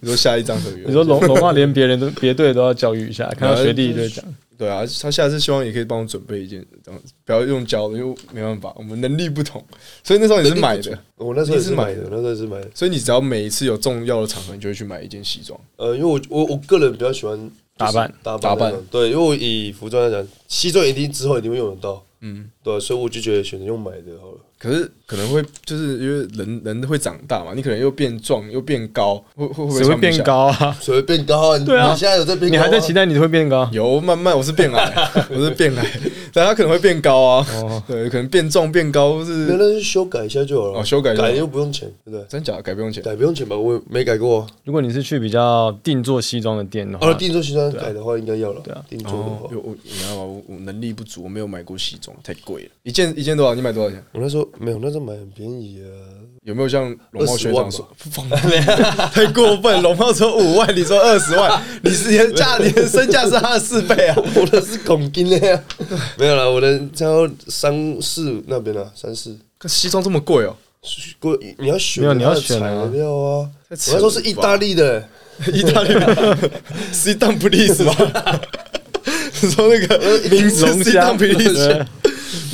S1: 你说下一张合约，
S2: 你说龙龙猫连别人都别队都要教育一下，看到学弟就会讲，
S1: 对啊，他下次希望也可以帮我准备一件，这样子不要用胶的，又没办法，我们能力不同，所以那时候你是买的，
S3: 我那时候也是
S1: 你是
S3: 买
S1: 买
S3: 的
S1: 的，
S3: 那时候也是买的，
S1: 所以你只要每一次有重要的场合，你就会去买一件西装。
S3: 呃，因为我我我个人比较喜欢就
S2: 打
S3: 是
S2: 扮
S3: 打扮啊
S1: 打扮
S3: 那种，对，因为我以服装来讲，西装一定之后一定会用得到，嗯，对啊，所以我就觉得选择用买的好了。
S1: 可是可能会就是因为人人会长大嘛，你可能又变壮又变高，会会会不会
S2: 谁会
S1: 穿不
S2: 变
S1: 下？
S2: 高啊？
S4: 所以变高啊，你
S2: 对啊
S4: 你现在有在变
S2: 你
S4: 高啊，
S2: 还在期待你会变高？
S1: 有慢慢，我是变矮， [laughs] 我是变矮，但他可能会变高啊，对，可能变壮变高或
S3: 没有
S1: 是
S3: 那就修改一下就好了。
S1: 哦修改就好
S3: 改又不用钱，对不对？
S1: 真假的改不用钱，
S3: 改不用钱吧？我也没改过啊。
S2: 如果你是去比较定做西装的店的话
S3: 哦，，定做西装改的话应该要了。对啊，定做的
S1: 啊哦
S3: 话，，
S1: 有我你知道吗？我我能力不足，我没有买过西装，太贵了。一件一件多少？你买多少钱？
S3: 我那时候没有，那时候买很便宜啊。 [laughs]
S1: 有没有像龙猫学长说
S3: 20万
S1: 放太过分？龙猫说五万，你说二十万，你是你的价，你的身价是他的四倍啊！
S3: 我的是孔金的呀，没有啦，我的差不多三四那边啊，三四。
S1: 西装这么贵哦，
S3: 过你要选
S2: 没有你要
S3: 它的
S2: 选啊
S3: 材料啊，我
S1: 太
S3: 那
S1: 扯
S3: 时候是意大利的、
S1: [laughs] 意大利 sit down please 吧？你说那个名字
S2: 龙
S1: sit down
S2: 虾
S1: please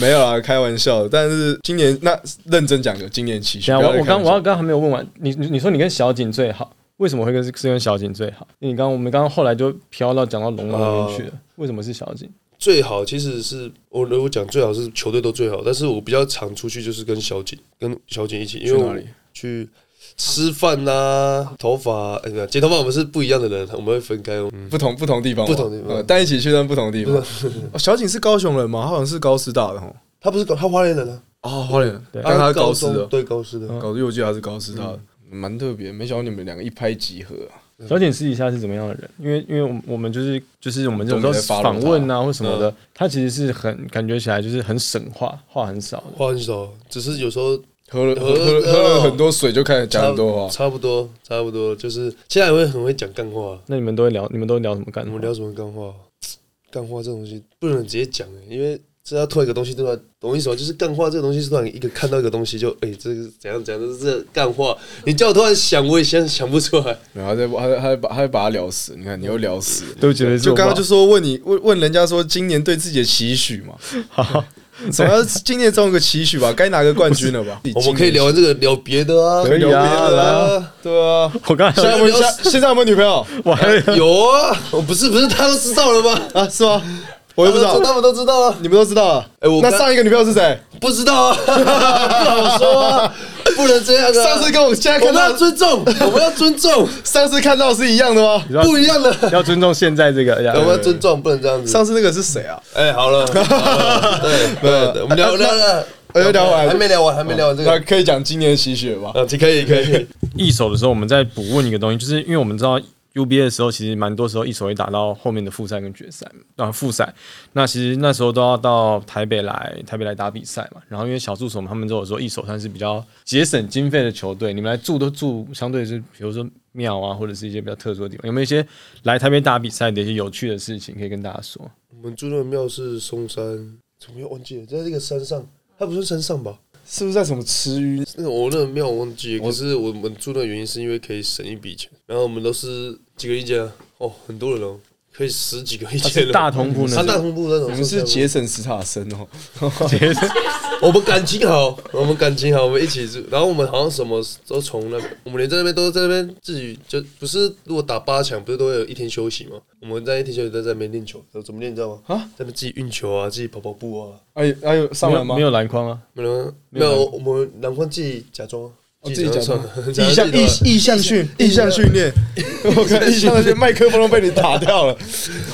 S1: 没有啊，开玩笑。但是今年那认真讲，有今年期许。
S2: 等一
S1: 不
S2: 下，
S1: 要
S2: 我
S1: 再
S2: 我
S1: 开玩
S2: 刚我
S1: 笑
S2: 要刚还没有问完，你你你说你跟小景最好，为什么会跟是跟小景最好？因为你刚我们刚刚后来就飘到讲到龙猫那边去了，为什么是小景？
S3: 最好其实是我我讲最好是球队都最好，但是我比较常出去就是跟小景跟小景一起，因为
S1: 去哪
S3: 我
S1: 里
S3: 去吃饭啊、头发哎，不是剪头发我们是不一样的人，我们会分开。嗯
S1: 不同不同地方嘛，
S3: 不同地方
S1: 呃但一起去但不同地方。哦小景是高雄人嘛？他好像是高师大的哦。
S3: 他不是高他花莲人啊，
S1: 哦，花莲，但他是高师
S3: 中
S1: 的，嗯
S3: 对高师的，
S1: 高因为我记得他是高师大的，蛮特别。没想到你们两个一拍即合啊！
S2: 小景私底下是怎么样的人？因为因为我们我们就是就是我们这种
S1: 都
S2: 都
S1: 没在
S2: 是
S1: follow 嗯
S2: 访问啊或什么的，他其实是很感觉起来就是很省话，话很少的。
S3: 话很少，只是有时候
S1: 喝了喝
S3: 喝
S1: 了
S3: 了
S1: 喝了很多水，就开始讲很多话。
S3: 差不多差不多，就是现在也会很会讲干话。
S2: 那你们都会聊，你们都聊什么干话？
S3: 我们聊什么干话？干话这东西不能直接讲欸，因为这要突然一个东西对吧？懂我意思吗？就是干话这个东西，是突然一个看到一个东西就哎、这个怎样怎样，这是这干话。你叫我突然想，我也现在想不出来。
S1: 然后他再他再他再把他再把他聊死，你看你又聊死了。
S2: 都觉得
S1: 就刚刚就是说问你问问人家说今年对自己的期许 [laughs] 嘛，总要今年总有个期许吧，该拿个冠军了 [laughs] 吧？
S3: 我们可以聊完这个聊别的啊，
S2: 可以啊
S3: 聊别的
S2: 来
S3: 啊。
S1: 对啊。
S2: 我刚
S1: [laughs]
S2: 才
S1: 现在有没有
S3: 聊
S1: 现在现在有没有女朋友
S2: 我还
S3: 有啊，我不是不是，他都知道了吗？
S1: 啊？是吗？我也不知道，
S3: 他们都知道啊，
S1: 你们都知道了。
S3: 哎我
S1: 那
S3: 刚
S1: 上一个女朋友是谁？
S3: 不知 [laughs] 道啊，不好说啊，不能这样啊。
S1: 上次跟我现在
S3: 我
S1: 看
S3: 们
S1: 到
S3: 要，尊 [laughs] 重，我们要尊重，
S1: 上次看到是一样的吗？
S2: 要
S3: 不一样的，
S2: 要尊重现在这个，这样
S3: 我们要尊重，不能这样子。
S1: 上次那个是谁啊？
S3: 哎，好 [laughs] 了，对对，对我们聊聊了，
S1: 哎又聊完
S3: 还没聊完，还没聊完这
S1: 那
S3: 个，
S1: 可以讲今年的期许了吧？
S3: 啊，哦可以可以，
S2: 一手的时候，我们在补问一个东西，就是因为我们知道 UBA 的时候，其实蛮多时候一手会打到后面的复赛跟决赛嘛，啊复赛，那其实那时候都要到台北来，台北来打比赛嘛。然后因为小助手们他们都有说，一手算是比较节省经费的球队，你们来住都住相对是，比如说庙啊，或者是一些比较特殊的地方，有没有一些来台北打比赛的一些有趣的事情可以跟大家说？
S3: [laughs] 我们住那个庙是松山，怎么又忘记了？在这个山上，它不是山上吧？
S1: 是不是在什么吃鱼？
S3: 那个我那个庙我忘记了，可是我们住那个原因是因为可以省一笔钱，然后我们都是几个一间啊，哦，很多人哦，可以十几个一间
S2: 是
S3: 了，
S2: 大同步呢
S3: 啊，大同步那种，
S1: 你们是节省史塔森 [laughs] 哦，
S2: 节省
S3: 我们感情好，我们感情好，我们一起住。然后我们好像什么都从那边，我们连在那边都在那边自己就不是，如果打八强不是都会有一天休息吗？我们在一天休息都在那边练球，怎么练你知道吗？
S1: 啊
S3: 啊，在那边自己运球啊，自己跑跑步啊。
S1: 哎哎呦，上
S2: 没
S1: 来
S2: 有
S1: 吗
S2: 没？有篮筐啊，
S3: 没有没有，我们南方自己假装，啊
S1: 哦自己假装
S3: 上
S1: [laughs] 意向意意向训意向训练，我看意向训麦克风都被你打掉 [laughs] 了，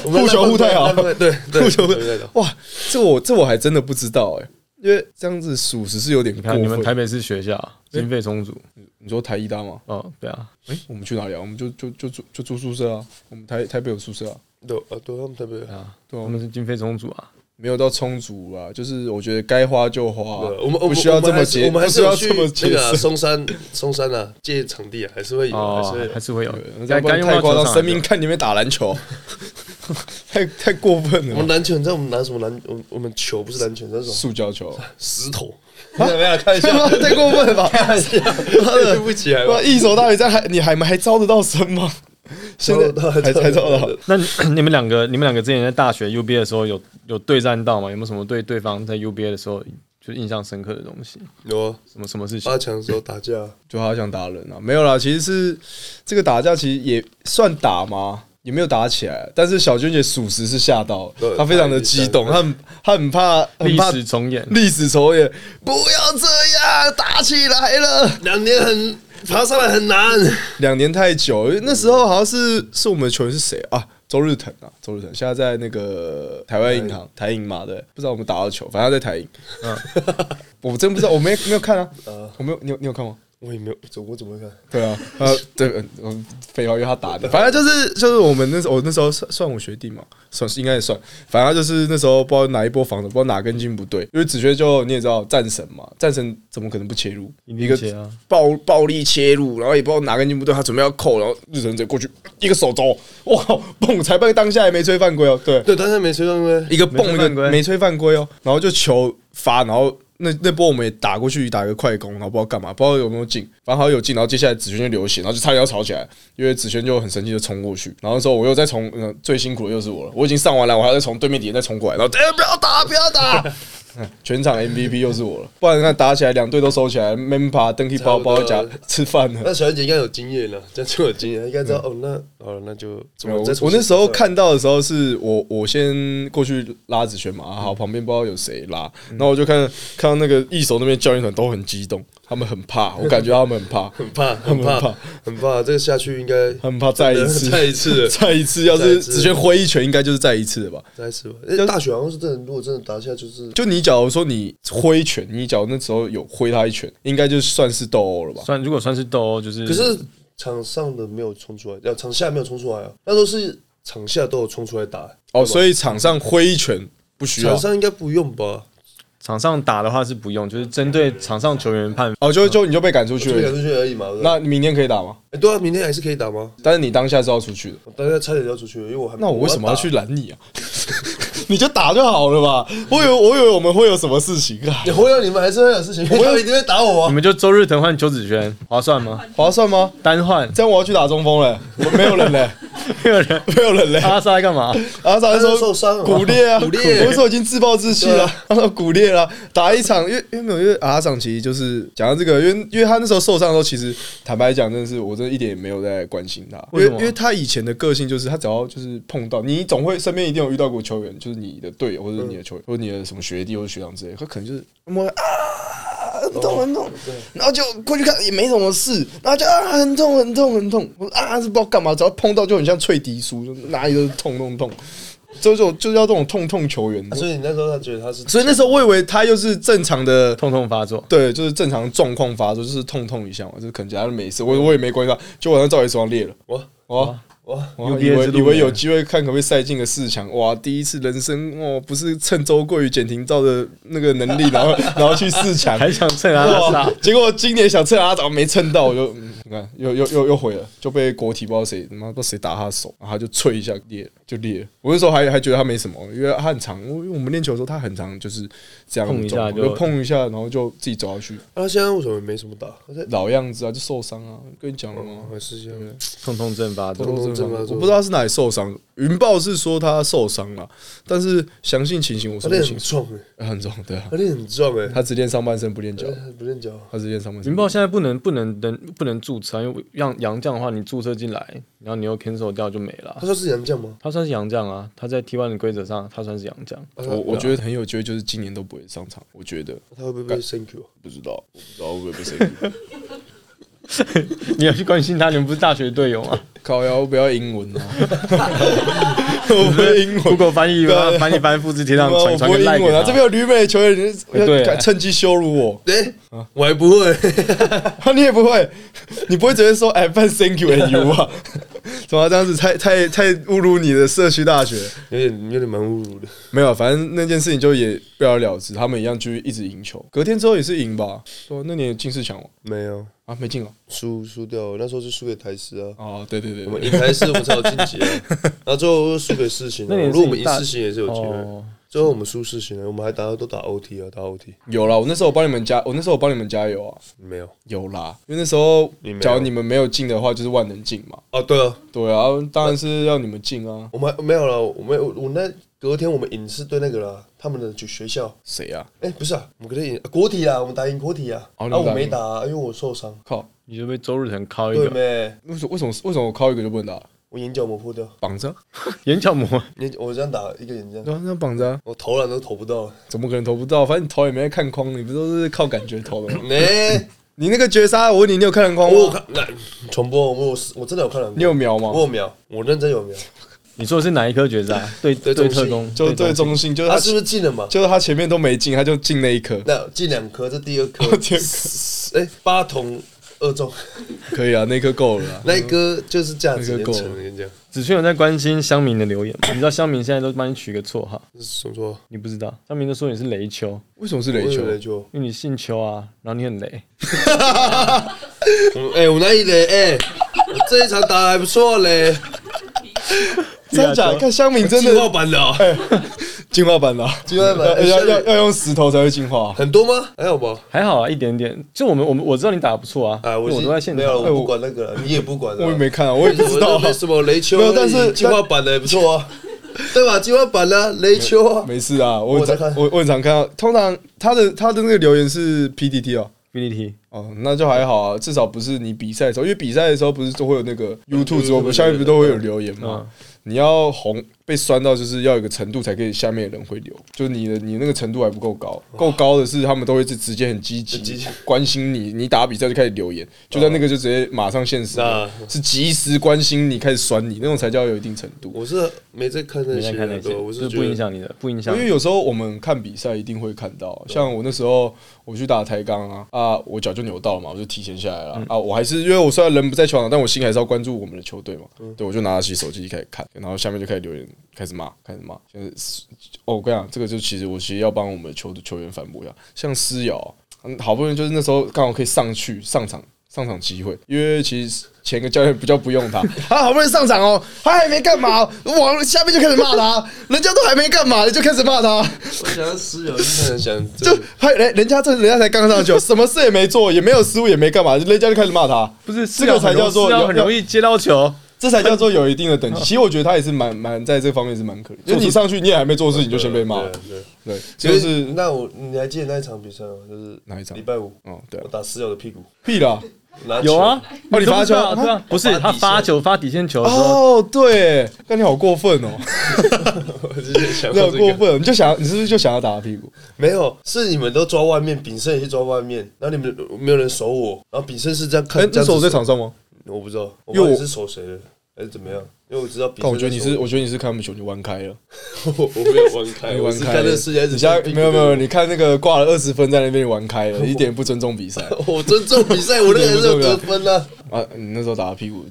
S1: 互球互太好，
S3: 对对，
S1: 互球互
S3: 太好。
S1: 哇，这我这我还真的不知道哎，因为这样子属实是有点
S2: 你
S1: 过
S2: 看你们台
S1: 分。
S2: 北市学校啊经费充足，
S1: 你说台一大吗？
S2: 哦，对啊，
S1: 哎，我们去哪里啊？我们就就就住就住宿舍啊，我们台台北有宿舍啊，
S3: 对啊，对他们特别，对
S2: 啊，
S1: 对啊
S2: 我们是经费充足啊。
S1: 没有到充足啊，就是我觉得该花就花啊，
S3: 我们我
S1: 不
S3: 们
S1: 需要这么
S3: 我们还是
S1: 节，
S3: 我们还
S1: 不
S3: 是
S1: 需
S3: 有
S1: 要
S3: 去
S1: 这么
S3: 那
S1: 节
S3: 个
S1: 省。
S3: 松山松山啊，借场地啊，还是会有，还
S2: 哦
S3: 是会有，
S2: 还是会有，
S1: 该
S2: 该
S1: 该
S2: 该
S1: 用
S2: 用
S1: 太
S2: 到
S1: 夸
S2: 球
S1: 张，
S2: 场
S1: 生命 [laughs] 看你们打篮球，太太过分
S3: 我们
S1: 了。
S3: 篮球，你知道我们拿什么篮？我们我们球不是啊篮球，那种
S1: 塑胶球，
S3: 石头。没有没有，开玩 [laughs] 笑，
S1: 太过分了吧！
S3: 对不起，还啊
S1: 哇，一手到底在还你还还招得到生 [laughs] 吗？现在还还招得到，
S2: 那你们两个，你们两个之前在大学 UBA 的时候有有对战到吗？有没有什么对对方在 UBA 的时候就印象深刻的东西？
S3: 有啊，
S2: 什么什么事情
S3: 八？强的时候打架，
S1: 就他想打人啊？没有啦，其实是这个打架，其实也算打吗？也没有打起来，但是小娟姐属实是吓到
S3: 对，
S1: 她非常的激动，她很她很怕，很
S2: 历
S1: 怕
S2: 史重演。
S1: 历史仇也不要这样打起来了，
S3: 两年很爬上来很难，
S1: 两年太久，那时候好像是是我们的球员是谁啊？周日腾啊，周日腾现在在那个台湾银行台银嘛，对，不知道我们打到球，反正他在台银，嗯， [laughs] 我真不知道，我没没有看啊，我没有，你有你有看吗？
S3: 我也没有，怎我怎么会看？
S1: 对 [laughs] 啊，呃，对，呃我废话，因为他打的，反正就是就是我们那时候，我那时候算算我学弟嘛，算是应该也算，反正就是那时候不知道哪一波防守，不知道哪根筋不对，因为子轩就你也知道战神嘛，战神怎么可能不切入？
S2: 一
S1: 一
S2: 定
S1: 个
S2: 切啊
S1: 暴暴力切入，然后也不知道哪根筋不对，他准备要扣，然后日神直接过去一个手肘，哇， [laughs] 蹦！裁判当下也没吹犯规哦，对，
S3: 对，但是没吹到因
S1: 一个蹦一
S2: 没吹犯
S1: 个
S2: 规
S1: 没吹犯规哦，然后就球发，然后那那波我们也打过去打一个快攻，然后不知道干嘛，不知道有没有进，反正好像有进，然后接下来子轩就流血，然后就差点要吵起来，因为子轩就很生气就冲过去，然后之后我又再从、呃、最辛苦的又是我了，我已经上完了，我还要再从对面底下再冲过来，然后哎、不要打不要打。 [laughs] 全场 MVP 又是我了，不然那打起来两队都收起来，Mempa 登记包包夹
S3: 差不多
S1: 吃饭了。
S3: 那小燕姐应该有经验了，这样就有经验，她应该知道、哦。那好了，那就怎么
S1: 啊我
S3: 再重
S1: 我
S3: 新
S1: 那时候
S3: 再
S1: 看到的时候，是我我先过去拉子轩嘛，啊
S3: 嗯
S1: 好，旁边不知道有谁拉，然后我就看看到那个一手那边教练团都很激动，他们很
S3: [laughs]
S1: 怕，我感觉他们很怕，
S3: 很怕， [laughs] 很怕，嗯
S1: 很怕
S3: 很怕，这个下去应该
S1: 很怕再一次，
S3: [laughs] 再一次
S1: [laughs]
S3: 了
S1: 再一次，要
S3: 再一
S1: 是
S3: 次
S1: 子轩挥一拳，应该就是再一次了吧？
S3: 再一次吧。哎，大学好像是真的，如果真的打下来就是
S1: 就你假如说你挥拳，你假如那时候有挥他一拳，应该就算是斗殴了吧？
S2: 算如果算是斗殴，就是
S3: 可是场上的没有冲出来，要场下没有冲出来啊，那都是场下都有冲出来打。
S1: 哦，所以场上挥一拳不需
S3: 场
S1: 要。
S3: 上应该不用吧？
S2: 场上打的话是不用，就是针对场上球员判。
S1: 哦，就就你就被赶出去
S3: 就赶
S1: 了。
S3: 出去而已嘛。对不对
S1: 那你明天可以打吗？
S3: 哎，对啊，明天还是可以打吗？
S1: 但是你当下是要出去的。
S3: 我大家差点要出去了，因为我还
S1: 那我为什么要
S3: 打
S1: 去？拦你啊？ [laughs] 你就打就好了吧。我以为我以为我们会有什么事情啊？
S3: 你回到哎你们还是会有事情，我们一定会打我
S2: 你
S3: 啊！
S2: 们就周日腾换邱子轩，划算吗？
S1: 划算吗？
S2: 单换，
S1: 这样我要去打中锋了，我没有人嘞， [laughs]
S2: 没有人。
S1: 没有人嘞。
S2: 阿萨在干嘛？
S1: 然后他
S3: 啊他
S1: 说
S3: 受伤了
S1: 骨裂啊，
S3: 骨裂啊
S1: 我说已经自暴自弃了。 [laughs] 他说骨裂了，打一场，因为因为没有，因为阿长其实就是讲到这个，因为因为他那时候受伤的时候，其实坦白讲，真的是我真的一点也没有在关心他，因
S2: 为
S1: 为
S2: 什么
S1: 因为他以前的个性就是他只要就是碰到你，总会身边一定有遇到过球员，就是你的队友或者是
S3: 嗯
S1: 你的球员或者你的什么学弟或者学长之类的，他可能就是摸啊。很痛很痛，然后就过去看也没什么事，然后就啊很痛很痛很痛，我说啊是不知道干嘛，只要碰到就很像脆笛酥，就哪里都是痛痛痛。就是我就是要这种痛痛球员。
S3: 所以你那时候他觉得他是，
S1: 啊所以那时候我以为他又是正常的，
S2: 痛痛发作。
S1: 对，就是正常状况发作，就是痛痛一下嘛，就是可能假如没事，我我也没关系他，就晚上照理手上裂了，
S3: 我
S1: 哇。
S3: 我
S1: 哇
S2: 又
S1: 以
S2: 毕业
S1: 为
S2: 之路
S1: 以为
S2: 了
S1: 有机会看可不可以赛进个四强，哇！第一次人生哇，不是趁周桂宇、简廷照的那个能力，然后 [laughs] 然后去四强，
S2: 还想蹭 [laughs] 阿
S1: 哇
S2: 萨？！
S1: 结果今年想趁阿早没蹭到，我就、嗯、你看又又又又毁了，就被国体不知道谁他妈不知道谁打他的手，然后他就脆一下裂了就裂了。我那时候还还觉得他没什么，因为他很长，因为我们练球的时候他很长就是这样
S2: 碰一下
S1: 撞
S2: 就
S1: 就碰一下，然后就自己走下去，
S3: 他现在为什么没什么打？他在哦
S1: 老样子啊，就受伤啊，跟你讲了吗？
S3: 还是这
S1: 嗯
S3: 样，
S2: 痛痛症发作。
S3: 痛痛症发
S1: 我
S3: 作
S1: 不知道他是哪里受伤，云豹是说他受伤了，但是详细情形我说
S3: 他
S1: 不
S3: 练
S1: 清
S3: 很
S1: 楚，
S3: 壮哎，
S1: 呃很重，对啊，
S3: 他练很壮哎，
S1: 他只练上半身不练脚，
S3: 他不练脚，
S1: 他只练上半身
S2: 云。豹现在不能不能能不能注册，因为让杨将的话，你注册进来，然后你又 cancel 掉就没了
S3: 他。说是杨将吗？
S2: 他算是洋将啊，他在 T1 的规则上，他算是洋将。
S1: 我我觉得很有机会，就是今年都不会上场，我觉得。
S3: 他会不会被 thank you？
S1: 不知道，我不知道会不会被谁
S2: 你要去关心他，你们不是大学队友吗？
S1: [laughs] 靠呀！我不要英文啊， [laughs] 我不会英文，
S2: Google 翻译
S1: 对啊
S2: 把它翻译翻复制贴
S1: 他
S2: 上
S1: 妈我
S2: 传
S1: 不会
S2: 传个 like
S1: 英文啊！
S2: 给
S1: 这边有旅美的球员，你
S2: 对
S1: 要趁机羞辱我， [laughs] 啊
S3: 哎，我还不会，
S1: 你也不会， [laughs] 你不会直接说 I fan thank you and you 啊？ [laughs] 怎么这样子太太太侮辱你的社区大学？
S3: 有点有点蛮侮辱的。
S1: 没有，反正那件事情就也不了了之，他们一样继续一直赢球，隔天之后也是赢吧？说那年有进四强吗？
S3: 没有
S1: 啊，没进啊！
S3: 输输掉了，那时候是输给台师啊。
S1: 哦，对对对
S3: 我
S1: 对
S3: 们赢台师，我们才有晋级啊。
S1: [laughs]
S3: 然后最后又输给世行啊，
S2: 那你是
S3: 如果我们赢
S2: 大
S3: 世行也是有机会
S2: 哦。
S3: 最后我们输世行了，我们还打都打 OT 啊，打 OT
S1: 有啦，我那时候我帮你们加，我那时候我帮你们加油啊。
S3: 没有
S1: 有啦，因为那时候
S3: 你没有
S1: 假如你们没有进的话，就是万能进嘛。
S3: 啊？对啊，
S1: 对啊，当然是要你们进啊。
S3: 我们还没有了，我们我那隔天我们赢是对那个啦，他们的就学校，
S1: 谁啊？
S3: 哎，不是啊，我们隔天赢国体啊，我们打赢国体啊，
S1: 哦
S3: 啊
S1: 你们打赢哦
S3: 我没打啊，因为我受伤，
S1: 靠！
S2: 你就被周日腾敲一
S3: 对
S2: 个，
S3: 没？
S1: 为什么为什么为什么我靠一个就不能打？
S3: 我我眼角膜破掉，
S1: 绑着啊，
S2: 眼角膜，
S3: 眼我这样打一个眼这样，
S1: 对啊，那绑着啊，
S3: 我投篮都投不到。
S1: 怎么可能投不到？反正你投也没在看框，你不都是靠感觉投的
S3: [laughs]
S1: 吗？ [laughs]
S3: 没，
S1: 你那个绝杀，我问你，你有看篮筐
S3: 我有
S1: 吗？
S3: 看来重播，我有我真的有看篮
S1: 你有瞄吗
S3: 我？有瞄，我认真有瞄。
S2: 你说的是哪一颗绝杀？对对
S3: 中
S2: 特
S3: 信
S2: 工，
S1: 就 [laughs] 对啊
S2: 对中
S1: 中信，就是
S3: 他
S1: 他，
S3: 是不是进了嘛？
S1: 就是他前面都没进，他就进那一颗，，
S3: 那进两颗，这第二颗
S1: 第二
S3: 哎、八铜二中，
S1: [laughs] 可以啊，那一颗够了啊。
S3: 那一颗就是价值
S1: 那个
S3: 连
S1: 够
S3: 城
S1: 了
S3: 的，跟你讲，
S2: 子轩有在关心乡民的留言吗？你知道乡民现在都帮你取个绰号，
S3: 这是什么说？
S2: 你不知道，乡民都说你是雷丘，
S1: 为什么是垒球？
S3: 雷球，
S2: 因为你姓邱啊，然后你很雷。
S3: 我哎、我那一雷哎、我这一场打得还不错嘞，
S1: 真的假的？看香敏真
S3: 进化
S1: 的
S3: 版的、哦，
S1: 进化版了，
S3: 进化版
S1: 啊 [laughs] 要
S3: 哎
S1: 要
S3: 香
S1: 要
S3: 敏
S1: 要用石头才会进化。
S3: 很多吗？还好吧。
S2: 还好啊，一点点。就我们我们我知道你打得不错啊，
S3: 哎，
S2: 因为
S3: 我
S2: 我
S3: 是
S2: 都在现
S3: 没
S2: 场
S3: 有了，
S2: 啊。
S3: 我不管那个了，你也不管了，
S1: 我也没看啊，我也不知道
S3: 我那
S1: 啊
S3: 没。什么雷丘，
S1: 没有但是
S3: 进化版的也不错啊，对吧？进化版的雷丘啊，
S1: [laughs] 没事啊，我
S3: 我在
S1: 常
S3: 看
S1: 我我很常看到，通常他的他的那个留言是 PDT 哦，
S2: BDT
S1: 哦，那就还好啊，至少不是你比赛的时候，因为比赛的时候不是都会有那个 YouTube 直播，
S3: 嗯对
S1: 下面不
S3: 对
S1: 都会有留言嘛
S2: 嗯？
S1: 你要红被酸到，就是要有一个程度才可以，下面的人会留，就是你的你那个程度还不够高，够高的是他们都会直直接很积
S3: 很积
S1: 极
S3: 极嗯
S1: 关心你，你打比赛就开始留言，就在那个就直接马上现实
S3: 那，
S1: 是及时关心你，开始酸你，那种才叫有一定程度。
S3: 我是没在看那
S2: 没在
S3: 些
S2: 看那
S3: 的，
S2: 些，
S3: 对吧我
S2: 就是是
S3: 觉
S2: 不
S3: 得
S2: 影响你的，不影响
S1: 因。为有时候我们看比赛一定会看到，像我那时候我去打抬杠啊啊，我脚就扭到了嘛，我就提前下来了、啊。我还是因为我虽然人不在球场，但我心还是要关注我们的球队嘛。对，我就拿起手机开始看，然后下面就开始留言，开始骂，开始骂。就是哦，我跟你讲，这个就其实我其实要帮我们球球员反驳一下，像思瑶，嗯好不容易就是那时候刚好可以上去上场上场机会，因为其实前个教练比较不用他， [laughs] 他好不容易上场哦，他还没干嘛，往下面就开始骂他，人家都还没干嘛，你就开始骂他，
S3: 我想要私有，想想
S1: 就还人人家这人家才刚上哦球，什么事也没做，也没有失误，也没干嘛，人家就开始骂他，
S2: 不是
S1: 这个才叫做
S2: 四幺
S1: 有
S2: 很容易接到球，
S1: 这才叫做有一定的等级。其实我觉得他也是蛮蛮在这方面是蛮可怜，就你上去你也还没做事，你就先被骂了，
S3: 对，
S1: 对，
S3: 就
S1: 就是是
S3: 那我你还记得那一场比赛吗？就是
S1: 哪一场
S3: 礼拜五，
S1: 哦对啊
S3: 我打室友的屁股，
S1: 屁啦，
S3: 拿球
S2: 有啊，，
S1: 哦你
S2: 都
S1: 发
S2: 不知道
S1: 球
S2: 对啊，不是
S3: 发底
S2: 他发
S3: 线
S2: 球发底线球的时候，
S1: 哦对，那你好过分哦。
S3: 我之前想
S1: 那
S3: 到
S1: 有
S3: 这
S1: 过
S3: 个，
S1: 分，你就想，你是不是就想要打他屁股？
S3: 没有，是你们都抓外面，炳胜也去抓外面，然后你们没有人守我，然后炳胜是这样看
S1: 哎、，
S3: [laughs] 这
S1: 那
S3: 样
S1: 时
S3: 子
S1: 候我在场上吗？
S3: 我不知道，我
S1: 因为
S3: 忘
S1: 我
S3: 了是守谁了，还是怎么样？因为我知道炳
S1: 但
S3: 胜
S1: 我
S3: 在守，
S1: 觉得你是，我觉得你是看不球，你玩开了，
S3: 我我没有玩开，
S1: 你
S3: 哎我
S1: 玩
S3: 是
S1: 开
S3: 看
S1: 了。
S3: 这世界，
S1: 你现在没有没有，，你看那个挂了二十分在那边，你玩
S3: [laughs]
S1: 开了，一点不尊重比赛
S3: 我尊重比赛，我那个人是有得
S1: [laughs]
S3: 分啊，
S1: 啊！你那时候打他屁股，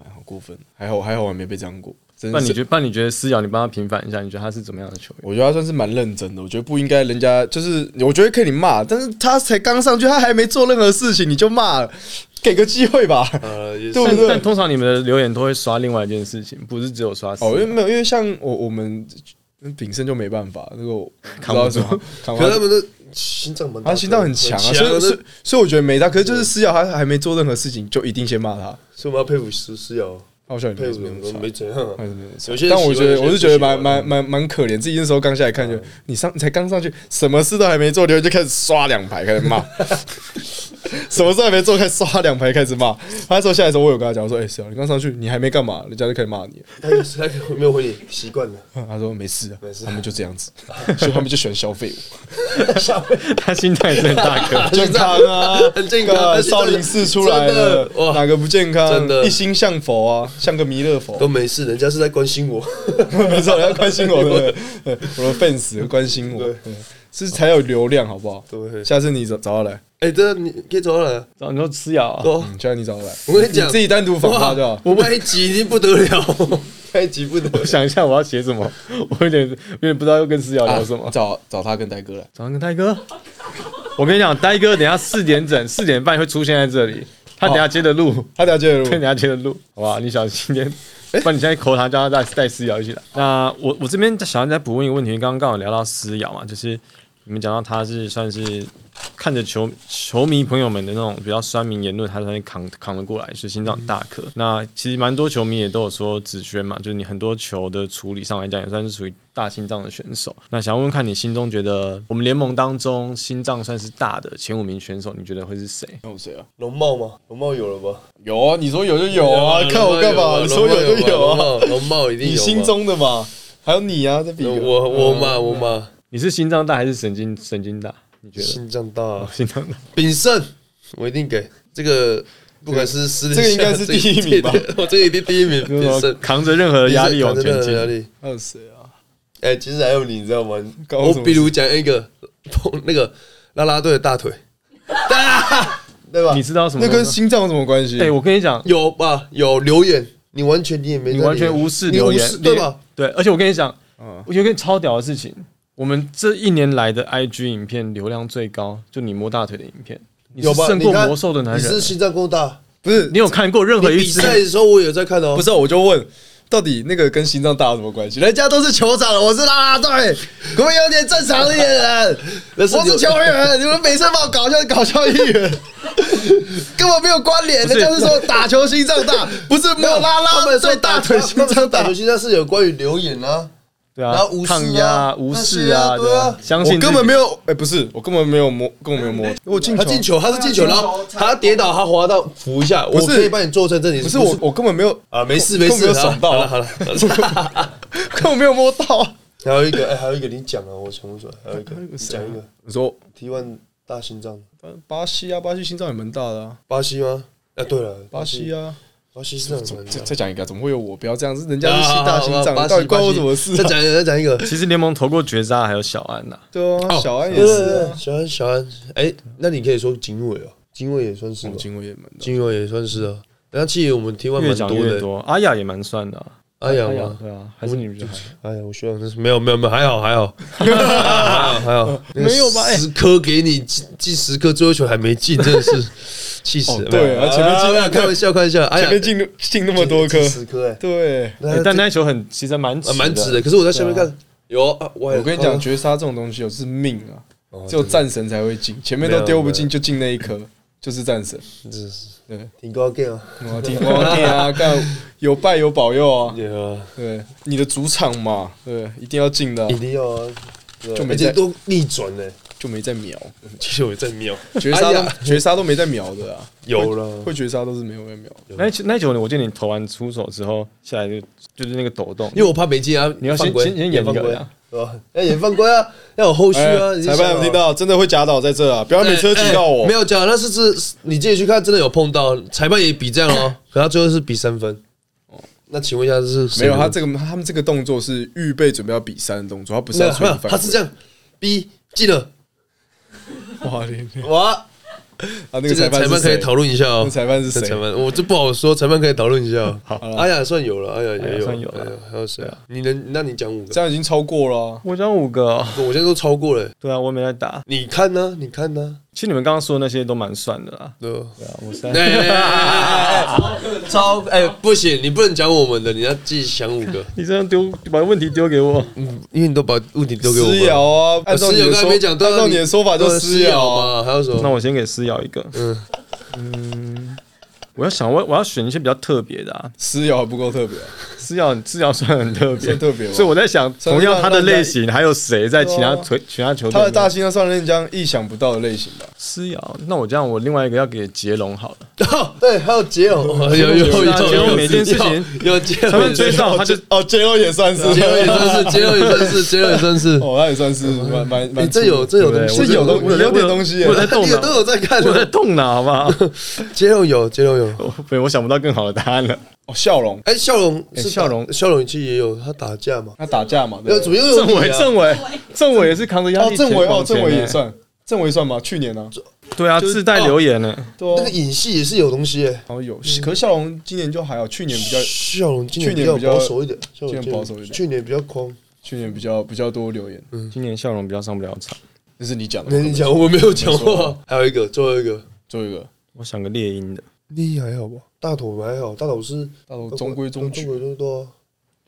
S1: 哎，好过分，还好还好我还没被这样过，真
S2: 那你
S1: 是。
S2: 觉那你觉得思瑶，你帮他平反一下，你觉得他是怎么样的球员？
S1: 我觉得他算是蛮认真的，我觉得不应该人家就是，我觉得可以骂，但是他才刚上去，他还没做任何事情你就骂了，给个机会吧。
S3: 呃，也是
S1: 啊对不
S2: 但
S1: 对
S2: 但通常你们的留言都会刷另外一件事情，不是只有刷思
S1: 哦，因为
S2: 瑶。
S1: 没有，因为像我我们丙胜就没办法，那个我不知道什么，扛不
S3: 可
S1: 住
S3: 是他们的心脏蛮
S1: 他
S3: 大的，
S1: 心脏很强啊，
S3: 很
S1: 所以所以
S3: 是
S1: 所以我觉得没他，可是就是私瑶他还没做任何事情，就一定先骂他。
S3: 所以我们要佩服啊思思瑶，
S1: 好像也没
S3: 佩
S1: 有
S3: 服
S1: 什么
S3: 我们
S1: 差
S3: [laughs] 没怎样啊
S1: 还。是没有差
S3: 有些人
S1: 但我
S3: 喜
S1: 觉
S3: 欢
S1: 得我
S3: 有些
S1: 是
S3: 人不
S1: 觉得
S3: 喜欢
S1: 蛮蛮蛮蛮可怜，自己那时候刚下来看就，你上你才刚上去，什么事都还没做，然后就开始刷两排，开始 [laughs] 骂，什么事还没做，开始刷两排，开始骂。他那时候下来的时候，我有跟他讲说，哎，思瑶，你刚上去，你还没干嘛，人家就开始骂你了。
S3: [laughs] 他他没有回你，习惯了。
S1: 他说没事啊
S3: 没，事
S1: 他们就这样子，所以他们就喜欢消费我，
S3: [laughs]
S2: 他心态也是很大颗。
S1: 健康 [laughs] 啊，
S3: 很健
S1: 那
S3: 康
S1: 个
S3: 而且
S1: 少
S3: 真
S1: 林
S3: 的
S1: 寺出来
S3: 真
S1: 了
S3: 的，
S1: 哪
S3: 哇，
S1: 个不健康？
S3: 真的
S1: 一心向佛啊，像个弥勒佛。
S3: 都没事，人家是在关心 [laughs] 我。
S1: [laughs] 没错，要关心我的，对我的 fans 关心我，对是才有流量，好不好？
S3: 对
S1: 下次你找找他来，
S3: 哎，真的，你可以找他来啊。
S2: 然后 [laughs] 你说思瑶啊，
S3: 哦，
S1: 嗯，下次你找他来，
S3: 我跟你讲
S1: 你自己单独访
S3: 哇
S1: 他就好，。
S3: 我那一集已经不得 [laughs] 了，那一集不得
S2: 我
S3: 了。
S2: 想一下我要写什么，我有点有点不知道要跟思瑶聊什么。
S1: 找找他跟呆哥来，
S2: 早上跟呆哥，我跟你讲， [laughs] 呆哥等一下四点整、四点半会出现在这里，他等一下接着录，
S1: 他了解 [laughs]
S2: [laughs] 他等
S1: 了。
S2: 一下接着录，好吧？你小心 [laughs] 点，不然你现在口他叫他带带思瑶一起来。那我我这边想要再补问一个问题，刚刚刚好聊到思瑶嘛，就是你们讲到他是算是看着球球迷朋友们的那种比较酸民言论，他算是扛扛得过来，是心脏很大颗。那其实蛮多球迷也都有说子轩嘛，就是你很多球的处理上来讲，也算是属于大心脏的选手。那想问问看你心中觉得我们联盟当中心脏算是大的前五名选手，你觉得会是谁？
S1: 还有谁啊？
S3: 龙帽吗？龙帽有了吧？
S1: 有啊，你说有就有啊，看我干嘛？你说有就有啊，，
S3: 龙帽一定有
S1: 你
S3: 嘛。
S1: 心中的嘛。还有你啊，这比
S3: 我我嘛我嘛，
S2: 你是心脏大还是神经神经大？你觉得？
S3: 心脏大，
S2: 心脏大，
S3: 炳胜我一定给这个，不管是私底下
S1: 这个应该是第一名吧
S3: 这个我这个一定第一 [laughs] 名，
S2: 就
S3: 炳
S2: 是说
S3: 胜。
S2: [laughs] 扛着任何压力往
S3: 真
S2: 前
S3: 的
S2: 进
S3: 压。力。
S1: 还有谁啊？
S3: 哎、其实还有你，你知道吗？
S1: 搞什么
S3: 我
S1: 事
S3: 比如讲一个， [laughs] 那个啦啦队的大腿，对吧
S2: 你？知道什么
S1: 那
S2: 吗？
S1: 跟心脏有什么关系？
S2: 哎、我跟你讲，
S3: 有吧？有留言，你完全你也没在理，
S2: 你完全无视
S3: 你
S2: 留言
S3: 无视，对吧？？
S2: 对，而且我跟你讲，
S1: 嗯
S2: 我有一个超屌的事情，我们这一年来的 IG 影片流量最高，就你摸大腿的影片，你是
S3: 有吧？
S2: 胜
S3: 你
S2: 过
S3: 看
S2: 魔兽的男
S3: 你
S2: 人
S3: 是。心脏够大。
S1: 不是
S2: 你有看过任何
S3: 你
S2: 一
S3: 比
S2: 次？
S3: 赛的时候我有在看哦，
S1: 不
S3: 不是
S1: 是，我就问，到底那个跟心脏大有什么关系？人家都是酋长，我是啦啦队，可不可以有点正常一点 [laughs] 人？
S3: 那
S1: 我
S3: 是你
S1: 是球员，你们每次把我搞笑搞笑艺人，根本没有关联。
S2: 不
S1: 人
S2: 是
S1: 家是说打球心脏大，不是没有啦
S3: 他
S1: 啦
S3: 们说
S1: 队大腿心
S3: 他们说
S1: 脏
S3: 大
S1: 大
S3: 腿。心脏是有关于留言啊，
S2: 对啊
S3: 然后无，视啊
S2: 抗压、无视啊，
S3: 那些啊对啊
S2: 相信
S1: 我根
S2: 自
S1: 本
S2: 己
S1: 没有，哎，不是，我根本没有摸，根本没有摸，哎我进啊
S3: 他进球，他是进球，然后他跌倒，他滑到扶一下，我
S1: 是
S3: 可以帮你坐正这里，
S1: 不是我，我根本没 [laughs] 有
S3: 啊，没事
S1: 根
S3: 没
S1: 本
S3: 事，
S1: 没有
S3: 好了
S1: 爽到啊
S3: 好了好了。
S1: 根本没有摸到。啊
S3: 还有一个，哎，还有一个你讲啊，我想不出来，还有一个你
S1: 啊
S3: 讲一个
S1: 你说
S3: T one 大心脏，
S1: 巴西啊，巴西心脏也蛮大的啊，
S3: 巴西吗？啊，对了，
S1: 巴西
S3: 啊，
S1: 啊。
S3: 巴西是很
S1: 再
S3: 难
S1: 再讲一个啊，怎么会有我？不要这样，是人家是
S3: 啊
S1: 大心脏，到底关我什么事
S3: 再
S1: 啊？
S3: 讲一个，再讲一个，
S2: 其实联盟投过绝杀还有小安呐、
S1: 对啊，小安也
S3: 哦对
S1: 是
S3: 对
S1: 啊
S3: 对，小安小安，哎，那你可以说警卫哦，警卫也算是
S1: 哦
S3: 吧，
S1: 经纬也蛮大。
S3: 警卫也算是啊。人家其实我们 T one
S2: 越
S3: 蛮
S2: 讲
S3: 多
S2: 越
S3: 的，
S2: 多。阿雅也蛮算的、啊，
S3: 阿
S2: 阿
S3: 阳
S2: 雅
S3: 吗？
S2: 对啊，还是你比较好。
S3: 哎呀，我学长真是没有没有没有，还好
S1: [laughs]
S3: 还好还好还好，那个
S2: 没有吧哎
S3: 十颗给你进进十颗，最后一球还没进，真的是气死了。
S1: 哦对啊前面进
S3: 没有开玩笑开玩笑，哎呀
S1: 前，面进进那么多颗，
S3: 十颗哎，
S1: 对。
S2: 哎但那一球很，其实蛮
S3: 啊蛮直
S2: 直
S3: 的，。可是我在下面看有啊，我
S1: 我跟你讲，绝杀这种东西哦是命啊，
S3: 哦
S1: 只有战神才会进，前面都丢不进就进那一颗，就是战
S3: [laughs]
S1: 神。
S3: 真是
S1: 对，
S3: 挺高 game 啊，
S1: 我听我听啊，干有拜有保佑啊，
S3: 对啊，
S1: 对，你的主场嘛，对，一定要进的啊
S3: 一，定要啊，对啊
S1: 就没
S3: 而且
S1: 在
S3: 都逆转呢。
S1: 就没在瞄，
S3: 其实我在瞄，
S1: 绝杀都
S3: 哎呀
S1: 绝杀都没在瞄的啊，
S3: 有了
S1: 会，绝杀都是没有在瞄的。
S2: 那一球那一球，我记得你投完出手之后下来就就是那个抖动，
S3: 因为我怕没进啊，
S2: 你要先
S3: 犯规
S2: 先先演一个
S3: 犯规
S2: 呀
S3: 啊，对吧？要演犯规啊，要有后续啊
S1: 哎，
S3: 你
S1: 裁
S3: 想
S1: 判有
S3: 啊
S1: 没有听到，真的会夹倒在这啊！不要每次都挤到
S3: 哎
S1: 我
S3: 哎没。有讲，那是是你自己去看，真的有碰到裁判也比这
S1: [laughs]
S3: 样哦，可他最后是比三分。那请问一下，这是谁
S1: 没有，他
S3: 的
S1: 这个他们这个动作是预备准备要比三的动作，他不是
S3: 没
S1: 要
S3: 有
S1: 吹
S3: 没有
S1: 你，犯
S3: 他是这
S1: 样。
S3: 样逼进了，
S1: 哇，连连
S3: 哇，
S1: 啊，那
S3: 这
S1: 个裁判是
S3: 个裁判可以
S1: 谁
S3: 讨论一下
S1: 那
S3: 哦
S1: 个。裁判是
S3: 这裁
S1: 谁？
S3: 判我这不好说，裁判可以讨论一下。好
S1: 好了
S3: 阿雅算有了，阿雅
S2: 哎
S3: 也
S2: 呀
S3: 有，
S2: 算有了
S3: 哎呀还有谁啊？你能？那你讲五个
S1: 这，样已经超过了啊、
S2: 我讲五个哦，
S3: 我现在都超过了。
S2: 对啊，我也没在打。
S3: 你看呢？你看呢？
S2: 其实你们刚刚说的那些都蛮算的啦。
S3: 对
S1: [laughs]
S3: 吧
S2: 对啊，我在
S3: 哎哎哎哎哎超哎不行，你不能讲我们的，你要自己想五个。
S2: 你这样丢把问题丢给我，
S3: 嗯，因为你都把问题丢给我们
S1: 私
S3: 了
S1: 聊啊，按照
S3: 私
S1: 你
S3: 有
S1: 的
S3: 呃刚才
S1: 说，
S3: 没讲，对啊
S1: 按照你的说法就
S3: 对啊
S1: 私
S3: 私
S1: 聊
S3: 有
S1: 啊。
S3: 嘛，还有什
S2: 那
S3: 么？
S2: 我先给思瑶一个。嗯我要想我我要选一些比较特别的啊。
S1: 私聊还不够特别啊、
S2: 思瑶思瑶算很特别，
S1: 算特别吧
S2: 所以我在想，
S1: 算
S2: 同样他的
S1: 让大家
S2: 类型还有谁在其他
S1: 对啊
S2: 球其他球队
S1: 他
S2: 里
S1: 的
S2: 面？
S1: 大心脏算人家意想不到的类型吧？
S2: 思瑶，那我这样我另外一个要给杰龙好了。
S3: 对，还有杰友，有有有
S2: 是啊
S3: 有
S2: 杰友
S3: 有
S2: 每件事情
S3: 有有杰友，
S2: 他们追上他就
S1: 哦，杰欧也算是，
S3: 杰友啊也算是，杰友也算是，杰友也算是。
S1: [laughs] 哦，他也算是蛮蛮
S3: 你
S1: 蛮。
S3: 这有这有
S2: 对
S3: 东
S2: 不
S3: 西，
S2: 对
S1: 是有东
S2: 我我
S1: 有点
S2: 我
S1: 东西耶
S2: 我在动
S3: 你
S2: 脑，
S3: 都有在看 [laughs]
S2: 我在
S3: 的。
S2: 动脑，好不好？
S3: 杰友有，杰友
S2: [laughs]
S3: 有。
S2: 我对，我想不到更好的答案了。
S1: 哦笑容，
S3: 哎，笑容是
S2: 哎笑容
S3: 打笑容其实也有，他打架嘛。
S1: 他打架嘛？对不
S3: 那怎
S1: 对
S3: 么又有
S2: 政
S3: 你
S2: 委，
S3: 啊
S2: 政委，政委也是扛着压
S1: 哦，
S2: 力前
S1: 政委哦，
S2: 往前
S1: 政委也
S2: 欸。
S1: 算，政委算吗？去年呢、啊？
S2: 对啊，
S1: 就是
S2: 自带留言呢。
S1: 对啊
S3: 那个影戏也是有东西哎。
S1: 然后有，可是笑容今年就还好，去年比较
S3: 笑容今
S1: 去年
S3: 年
S1: 比较
S3: 保守一点，笑容
S1: 去年保守一点
S3: 去年比较狂。
S1: 去年比较比较多留言，
S2: 今年笑容比较上不了场。
S1: 这是你讲的
S3: 那
S1: 吗。
S3: 你讲，我没有讲
S1: 没说
S3: 话。还有一个，最后一个，
S1: 最后一个，
S2: 我想个猎鹰的，
S3: 你还好吧？大头还好，大头是
S1: 大头中规中矩
S3: 中，规中矩。对啊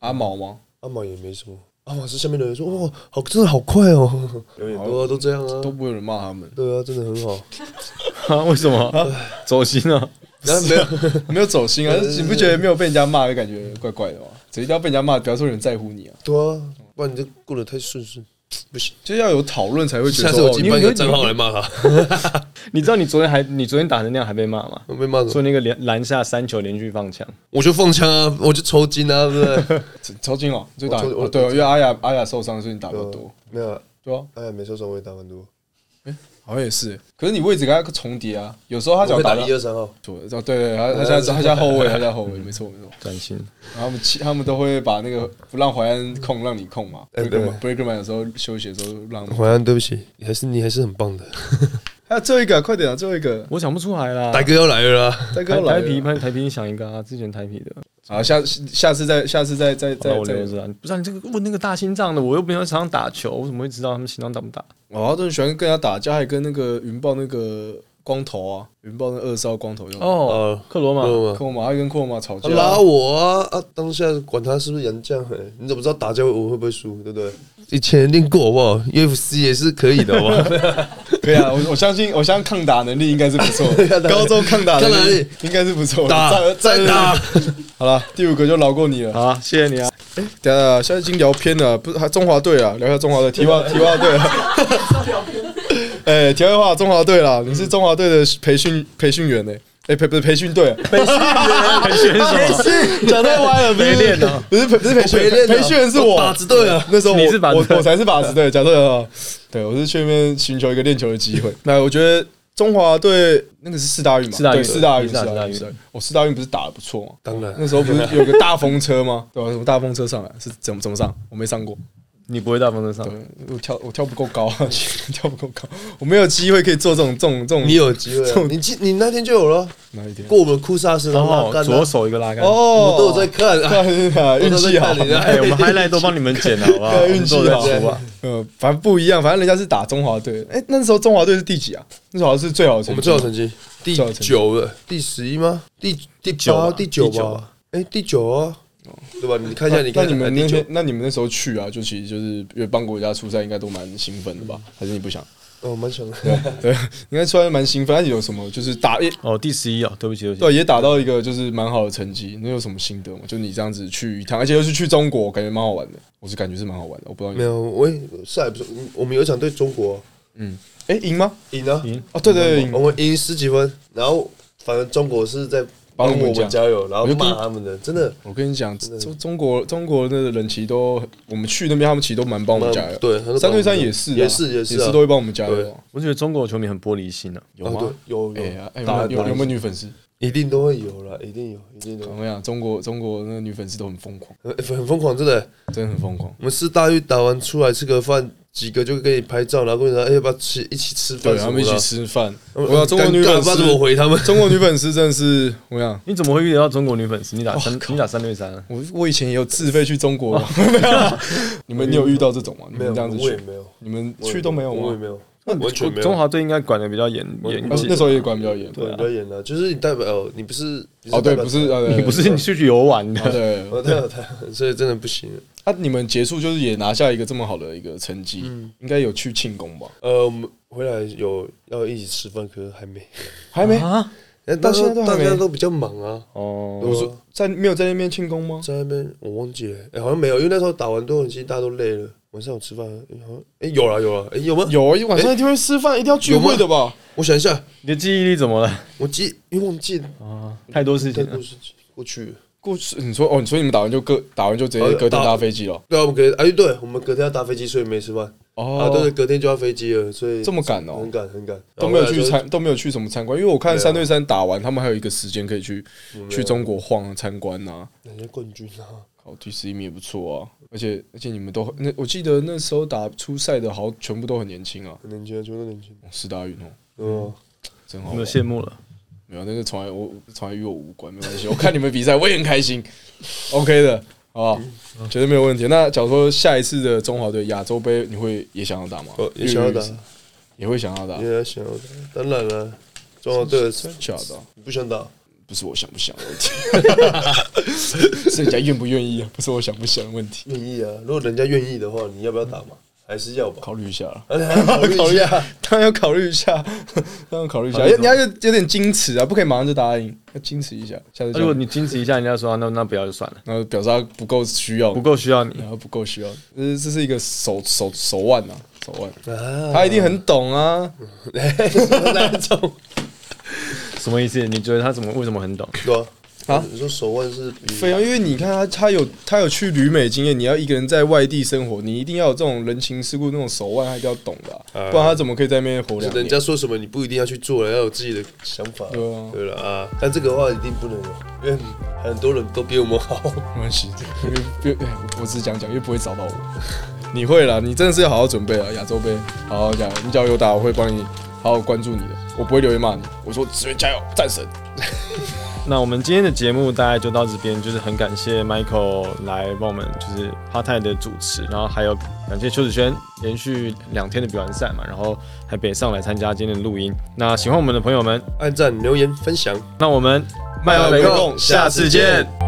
S1: 阿毛吗？
S3: 阿毛也没什么，阿法师下面留言说：“哇，好，真的好快 [laughs] 哦，留言多啊，都这样啊
S1: 都，不会有人骂他们，
S3: 对啊，真的很好。
S2: 啊，为什么 [laughs] 走心啊？
S3: 然后没有，
S1: [laughs] [laughs] 没有走心啊！你不觉得没有被人家骂的感觉怪怪的吗？只一定要被人家骂，表示有人在乎你啊！
S3: 对啊，不然你这过得太顺顺，不行。
S1: 就要有讨论才会觉
S3: 下
S1: 得
S3: 次
S1: 说，
S3: 我
S1: 哦
S3: 进
S1: 你
S3: 办一个账号来骂他，
S2: 你知道你昨天还你昨天打成那样还被骂吗？
S3: 我被骂
S2: 说
S3: 走，
S2: 那个连篮下三球连续放枪，
S3: 我就放枪啊，我就抽筋 [laughs] 啊，对不对？
S1: 超金哦，就打
S3: 我抽我
S1: 哦对哦，因为阿雅阿雅受伤，所以你打比较多，
S3: 没有啊，
S1: 对啊，
S3: 哎呀，没受伤我也打很多，
S1: 好像也是。可是你位置跟他重叠啊，有时候他
S3: 我
S1: 脚
S3: 会打
S1: 到
S3: 一二三号，
S1: 错，哦对对，他他现在他现在后卫，他现在后卫，没错没错。
S2: 专心。
S1: 然后他们气他们都会把那个不让淮安控让你控嘛
S3: 哎对
S1: ，Breakman 有时候休息的时候让。
S3: 淮安，对不起，你还是你还是很棒的，
S1: 还有最后一个，快点啊，最后一个，
S2: 我想不出来啦。
S3: 大哥要来了啊，
S1: 再
S2: 台
S1: 跟我来
S2: 台
S1: 了
S2: 皮，台皮，你想一个啊，之前台皮的，
S1: 好，下下次再下次再再
S2: 好了
S1: 再
S2: 我留
S1: 再
S2: 着啊。不是啊你这个问那个大心脏的，我又没有常常打球，我怎么会知道他们心脏打不打？
S1: 哦，他真的喜欢跟他打架，还跟那个云豹那个光头啊，云豹那二少光头用
S2: 哦
S3: 哦，
S2: 克罗马，
S3: 知道吗？
S1: 科马，他跟科马吵
S3: 他
S1: 架，
S3: 拉我啊啊！当下管他是不是洋将，哎，你怎么知道打架我会不会输，对不对？以前练过好不好？UFC 也是可以的，好不
S1: [laughs]
S3: 好？
S1: [laughs] 对啊，我我相信，我相信抗打能力应该是不错，高中抗打
S3: 抗打
S1: 能
S3: 能
S1: 力
S3: 力
S1: 应该是不错，
S3: 打
S1: 再
S3: 再打，
S1: 好了，第五个就饶过你了。
S2: 好啊，谢谢你啊。
S1: 等一下，现在已经聊偏了，不是还中华队啊？聊一下中华队，题外题外队啊。 [laughs] 哎，题外话，中华队啦，你是中华队的培训培训员呢？哎，培不是培训队啊，培训
S2: 很
S1: [laughs]
S2: 选手，啊
S1: 讲太歪了，不哎是
S2: 陪练啊
S1: 不是培不是培训
S3: 陪练
S1: 员，
S3: 啊
S1: 培训员是我
S3: 靶子队啊，
S1: 那时候我
S2: 你是靶子队
S1: 我我才是靶子队，讲对了，对我是去那边寻求一个练球的机会。那我觉得中华队那个是四大运嘛，
S2: 四大运
S1: 对四大运，
S2: 四大运
S1: 四大
S2: 四大
S1: 运
S2: 运，
S1: 我四大运不是打的不错吗？
S3: 当然
S1: 那时候不是有个大风车吗？对吧、什么大风车上来是怎么怎么上？我没上过，
S2: 你不会大风车上
S1: 对，我跳我跳不够高，啊 [laughs] 跳不够高，我没有机会可以做这种这种这种。
S3: 你有机会啊，你记你那天就有了，
S1: 哪一天？ [laughs]
S3: 过我们库萨斯的拉
S2: 哦，
S3: 杆
S2: 左
S3: 啊，
S2: 手一个拉杆。
S1: 哦，
S3: 我都有在看啊，
S1: 看啊，运气好
S3: 我都在看。你的
S2: 哎，我们 highlight 都帮你们剪了，好 [laughs] 不好？
S1: 对运气好
S2: 我们都有在出啊。
S1: 呃，反正不一样，反正人家是打中华队。哎、那时候中华队是第几啊？那时候好像是最好的
S3: 我
S1: 成绩，
S3: 们最好成绩第
S1: 最好成绩啊
S3: 九了，第十一吗？第第
S2: 九
S3: 八
S2: 吧
S3: 第九
S2: 第九
S3: 吧？哎，第九啊，对吧？你看一下，
S1: 那
S3: 你看
S1: 你们那
S3: 第九
S1: 天，，那你们那时候去啊，就其实就是因为帮国家出赛，应该都蛮兴奋的吧？还是你不想？ [laughs]
S3: 哦，蛮强的，
S1: 对，应该出来蛮兴奋。那你有什么就是打也
S2: 哦，第十一哦，对不起，对不起。
S1: 对也打到一个就是蛮好的成绩，你有什么心得吗？就你这样子去一趟，而且又是去中国，感觉蛮好玩的。我是感觉是蛮好玩的，我不知道你
S3: 没有，我也是还不错，我们有一场对中国啊
S1: 嗯，哎赢吗？
S3: 赢啊，
S2: 赢
S1: 哦对对对，赢
S3: 我们赢十几分，然后反正中国是在
S1: 帮
S3: 帮
S1: 我们
S3: 我们加油，然后
S1: 我就跟
S3: 骂他们的，真的，
S1: 我跟你讲，中中国中国的人其实都，我们去那边他们其实都蛮帮我们加油。
S3: 对他都帮我们
S1: 三对三也是啊，
S3: 也是也是啊
S1: 都会帮我们加油
S3: 对
S1: 啊。
S2: 我觉得中国球迷很玻璃心啊。
S1: 有
S3: 哦
S1: 吗？
S3: 对有
S1: 哎
S3: 有
S1: 呀，哎有
S3: 打
S1: 没有有嗯
S3: 打
S1: 有没有女粉丝？
S3: 一定都会有了，一定有，一定有
S1: 我，跟你讲，中国中国那个女粉丝都很疯狂，
S3: 很很疯狂，真的。
S1: 真的很疯狂。
S3: 我们四大运打完出来吃个饭，几个就跟你拍照，然后跟你说，哎、要不要吃一起吃饭
S1: 对，
S3: 什
S1: 他
S3: 么的啊？
S1: 们一起吃饭。
S3: 他们，
S1: 我要中国
S3: 尴
S1: 女
S3: 尬
S1: 粉
S3: 不知道怎么
S1: 丝，
S3: 回他们。
S1: [laughs] 中国女粉丝真的是，我跟你讲，
S2: 你怎么会遇得到中国女粉丝？你打三，你打三对三啊，
S1: 我我以前也有自费去中
S3: [laughs]
S1: 国，没有啊。你们你有遇到这种吗？你
S3: 没有，
S1: 们这样子
S3: 我也
S1: 去，
S3: 没有，
S1: 你们
S3: 我也
S1: 去都没有
S3: 我也没
S1: 吗？
S3: 有，完全没有。
S2: 中华队应该管的比较严
S3: 我
S2: 严
S1: 那
S2: 谨。
S1: 那时候也管比较严。
S3: 对比较严了，就是你代表，哦你不是
S1: 哦，对，不是，，呃
S2: 你不是你是去游玩
S1: 啊
S2: 的，
S1: 对，
S3: [laughs] 我代表他，所以真的不行。
S1: 那、啊你们结束就是也拿下一个这么好的一个成绩，应该有去庆功吧？
S3: 呃，我们回来有要一起吃饭，可是还 [laughs] 没。
S1: 还没，
S2: 啊？
S3: 哎，
S1: 到
S3: 大
S1: 现
S3: 家
S1: 在都还
S3: 大
S1: 没
S3: 家都比较忙啊，
S2: 哦，
S1: 我说在没有在那边庆功吗？
S3: 在那边我忘记了，哎，好像没有，因为那时候打完多人机，大家都累了，晚上有吃饭，哎好像哎有了有了，哎有吗？，
S1: 有啊，晚上一定会吃饭，一定要聚会的吧？
S3: 我想一下，
S2: 你的记忆力怎么了？
S3: 我记，因为忘记了
S2: 啊，太多事
S3: 太
S2: 情了
S3: 多。事情过去了。
S1: 过去你说哦，你说你们打完就隔打完就直接
S3: 哦
S1: 隔天
S3: 打
S1: 搭飞机了？
S3: 对啊，我们隔哎对，我们隔天要搭飞机，所以没吃饭。啊，对对，嗯
S1: 哦，
S3: 隔天就要飞机了，所以
S1: 这么赶哦
S3: 很赶很赶，
S1: 都没有去
S3: 参
S1: 参都没有去什么参观，因为我看
S3: 没有
S1: 三对三打完，他们还有一个时间可以去去中国晃啊、参观呐。
S3: 人家冠军啊，
S1: 好，第十一名也不错啊，而且而且你们都那我记得那时候打初赛的好全部都很年轻啊，
S3: 很年轻啊，全部都年轻，
S1: 哦四大运哦，
S3: 对吧？
S1: 真
S2: 有
S1: 好玩
S2: 没有。羡慕了？
S1: 没有，那个从来我从来与我无关，没关系。我 [laughs] 看你们比赛，我也很开心，OK 的，好不好？绝对没有问题。那假如说下一次的中华队亚洲杯，你会也想要打吗？
S3: 哦，也想要打，
S1: 也会想要打，
S3: 也想要打，当然了，中华队
S1: 真假的？
S3: 不想打，
S1: 不是我想不想的问题， [laughs] 是人家愿不愿意啊，不是我想不想的问题。
S3: 愿意啊，如果人家愿意的话，你要不要打嘛？还是要吧？
S1: 考虑一下啦，
S3: 而且还 [laughs] 要考虑一下，
S1: 呃当然要考虑一下， [laughs] 当然要考虑一下，
S3: 好
S1: 要你要有有点矜持啊，不可以马上就答应，要矜持一下。下次
S3: 哦
S2: 如
S1: 就
S2: 果你矜持一下，人家说啊那那不要就算了，
S1: 然后表示他不够需要，
S2: 不够需要你。
S1: 然后不够需要，呃，这是一个手手手腕啊，手腕，
S3: [laughs] 啊
S1: 他一定很懂啊，
S3: 哪一种？
S2: 什么意思？你觉得他怎么为什么很懂？
S3: 对啊，
S1: 啊
S3: 你说手腕是比
S1: 非常，啊因为你看他，他有他有去旅美经验，你要一个人在外地生活，你一定要有这种人情世故那种手腕，还一定要懂的啊、
S3: 呃
S1: 不然他怎么可以在那边活两
S3: 人
S1: 年？
S3: 家说什么你不一定要去做了，要有自己的想法。
S1: 对啊
S3: 对了啊，但这个话一定不能有，因为很多人都比我们好。
S1: 没关系，因为不用，我只是讲讲，因为不会找到我。你会啦，你真的是要好好准备啊，亚洲杯，好好讲，你只要有打，我会帮你好好关注你的，我不会留言骂你，我说支援加油，战神，
S2: 那我们今天的节目大概就到这边，就是很感谢 Michael 来帮我们就是 p a r t i 的主持，然后还有感谢邱子轩连续两天的表演赛嘛，然后还北上来参加今天的录音。那喜欢我们的朋友们，
S3: 按赞、留言、分享。
S2: 那我们麦
S1: 麦
S2: 有
S1: 有
S2: 北
S1: 北
S2: 共，
S1: 共
S2: 下次见。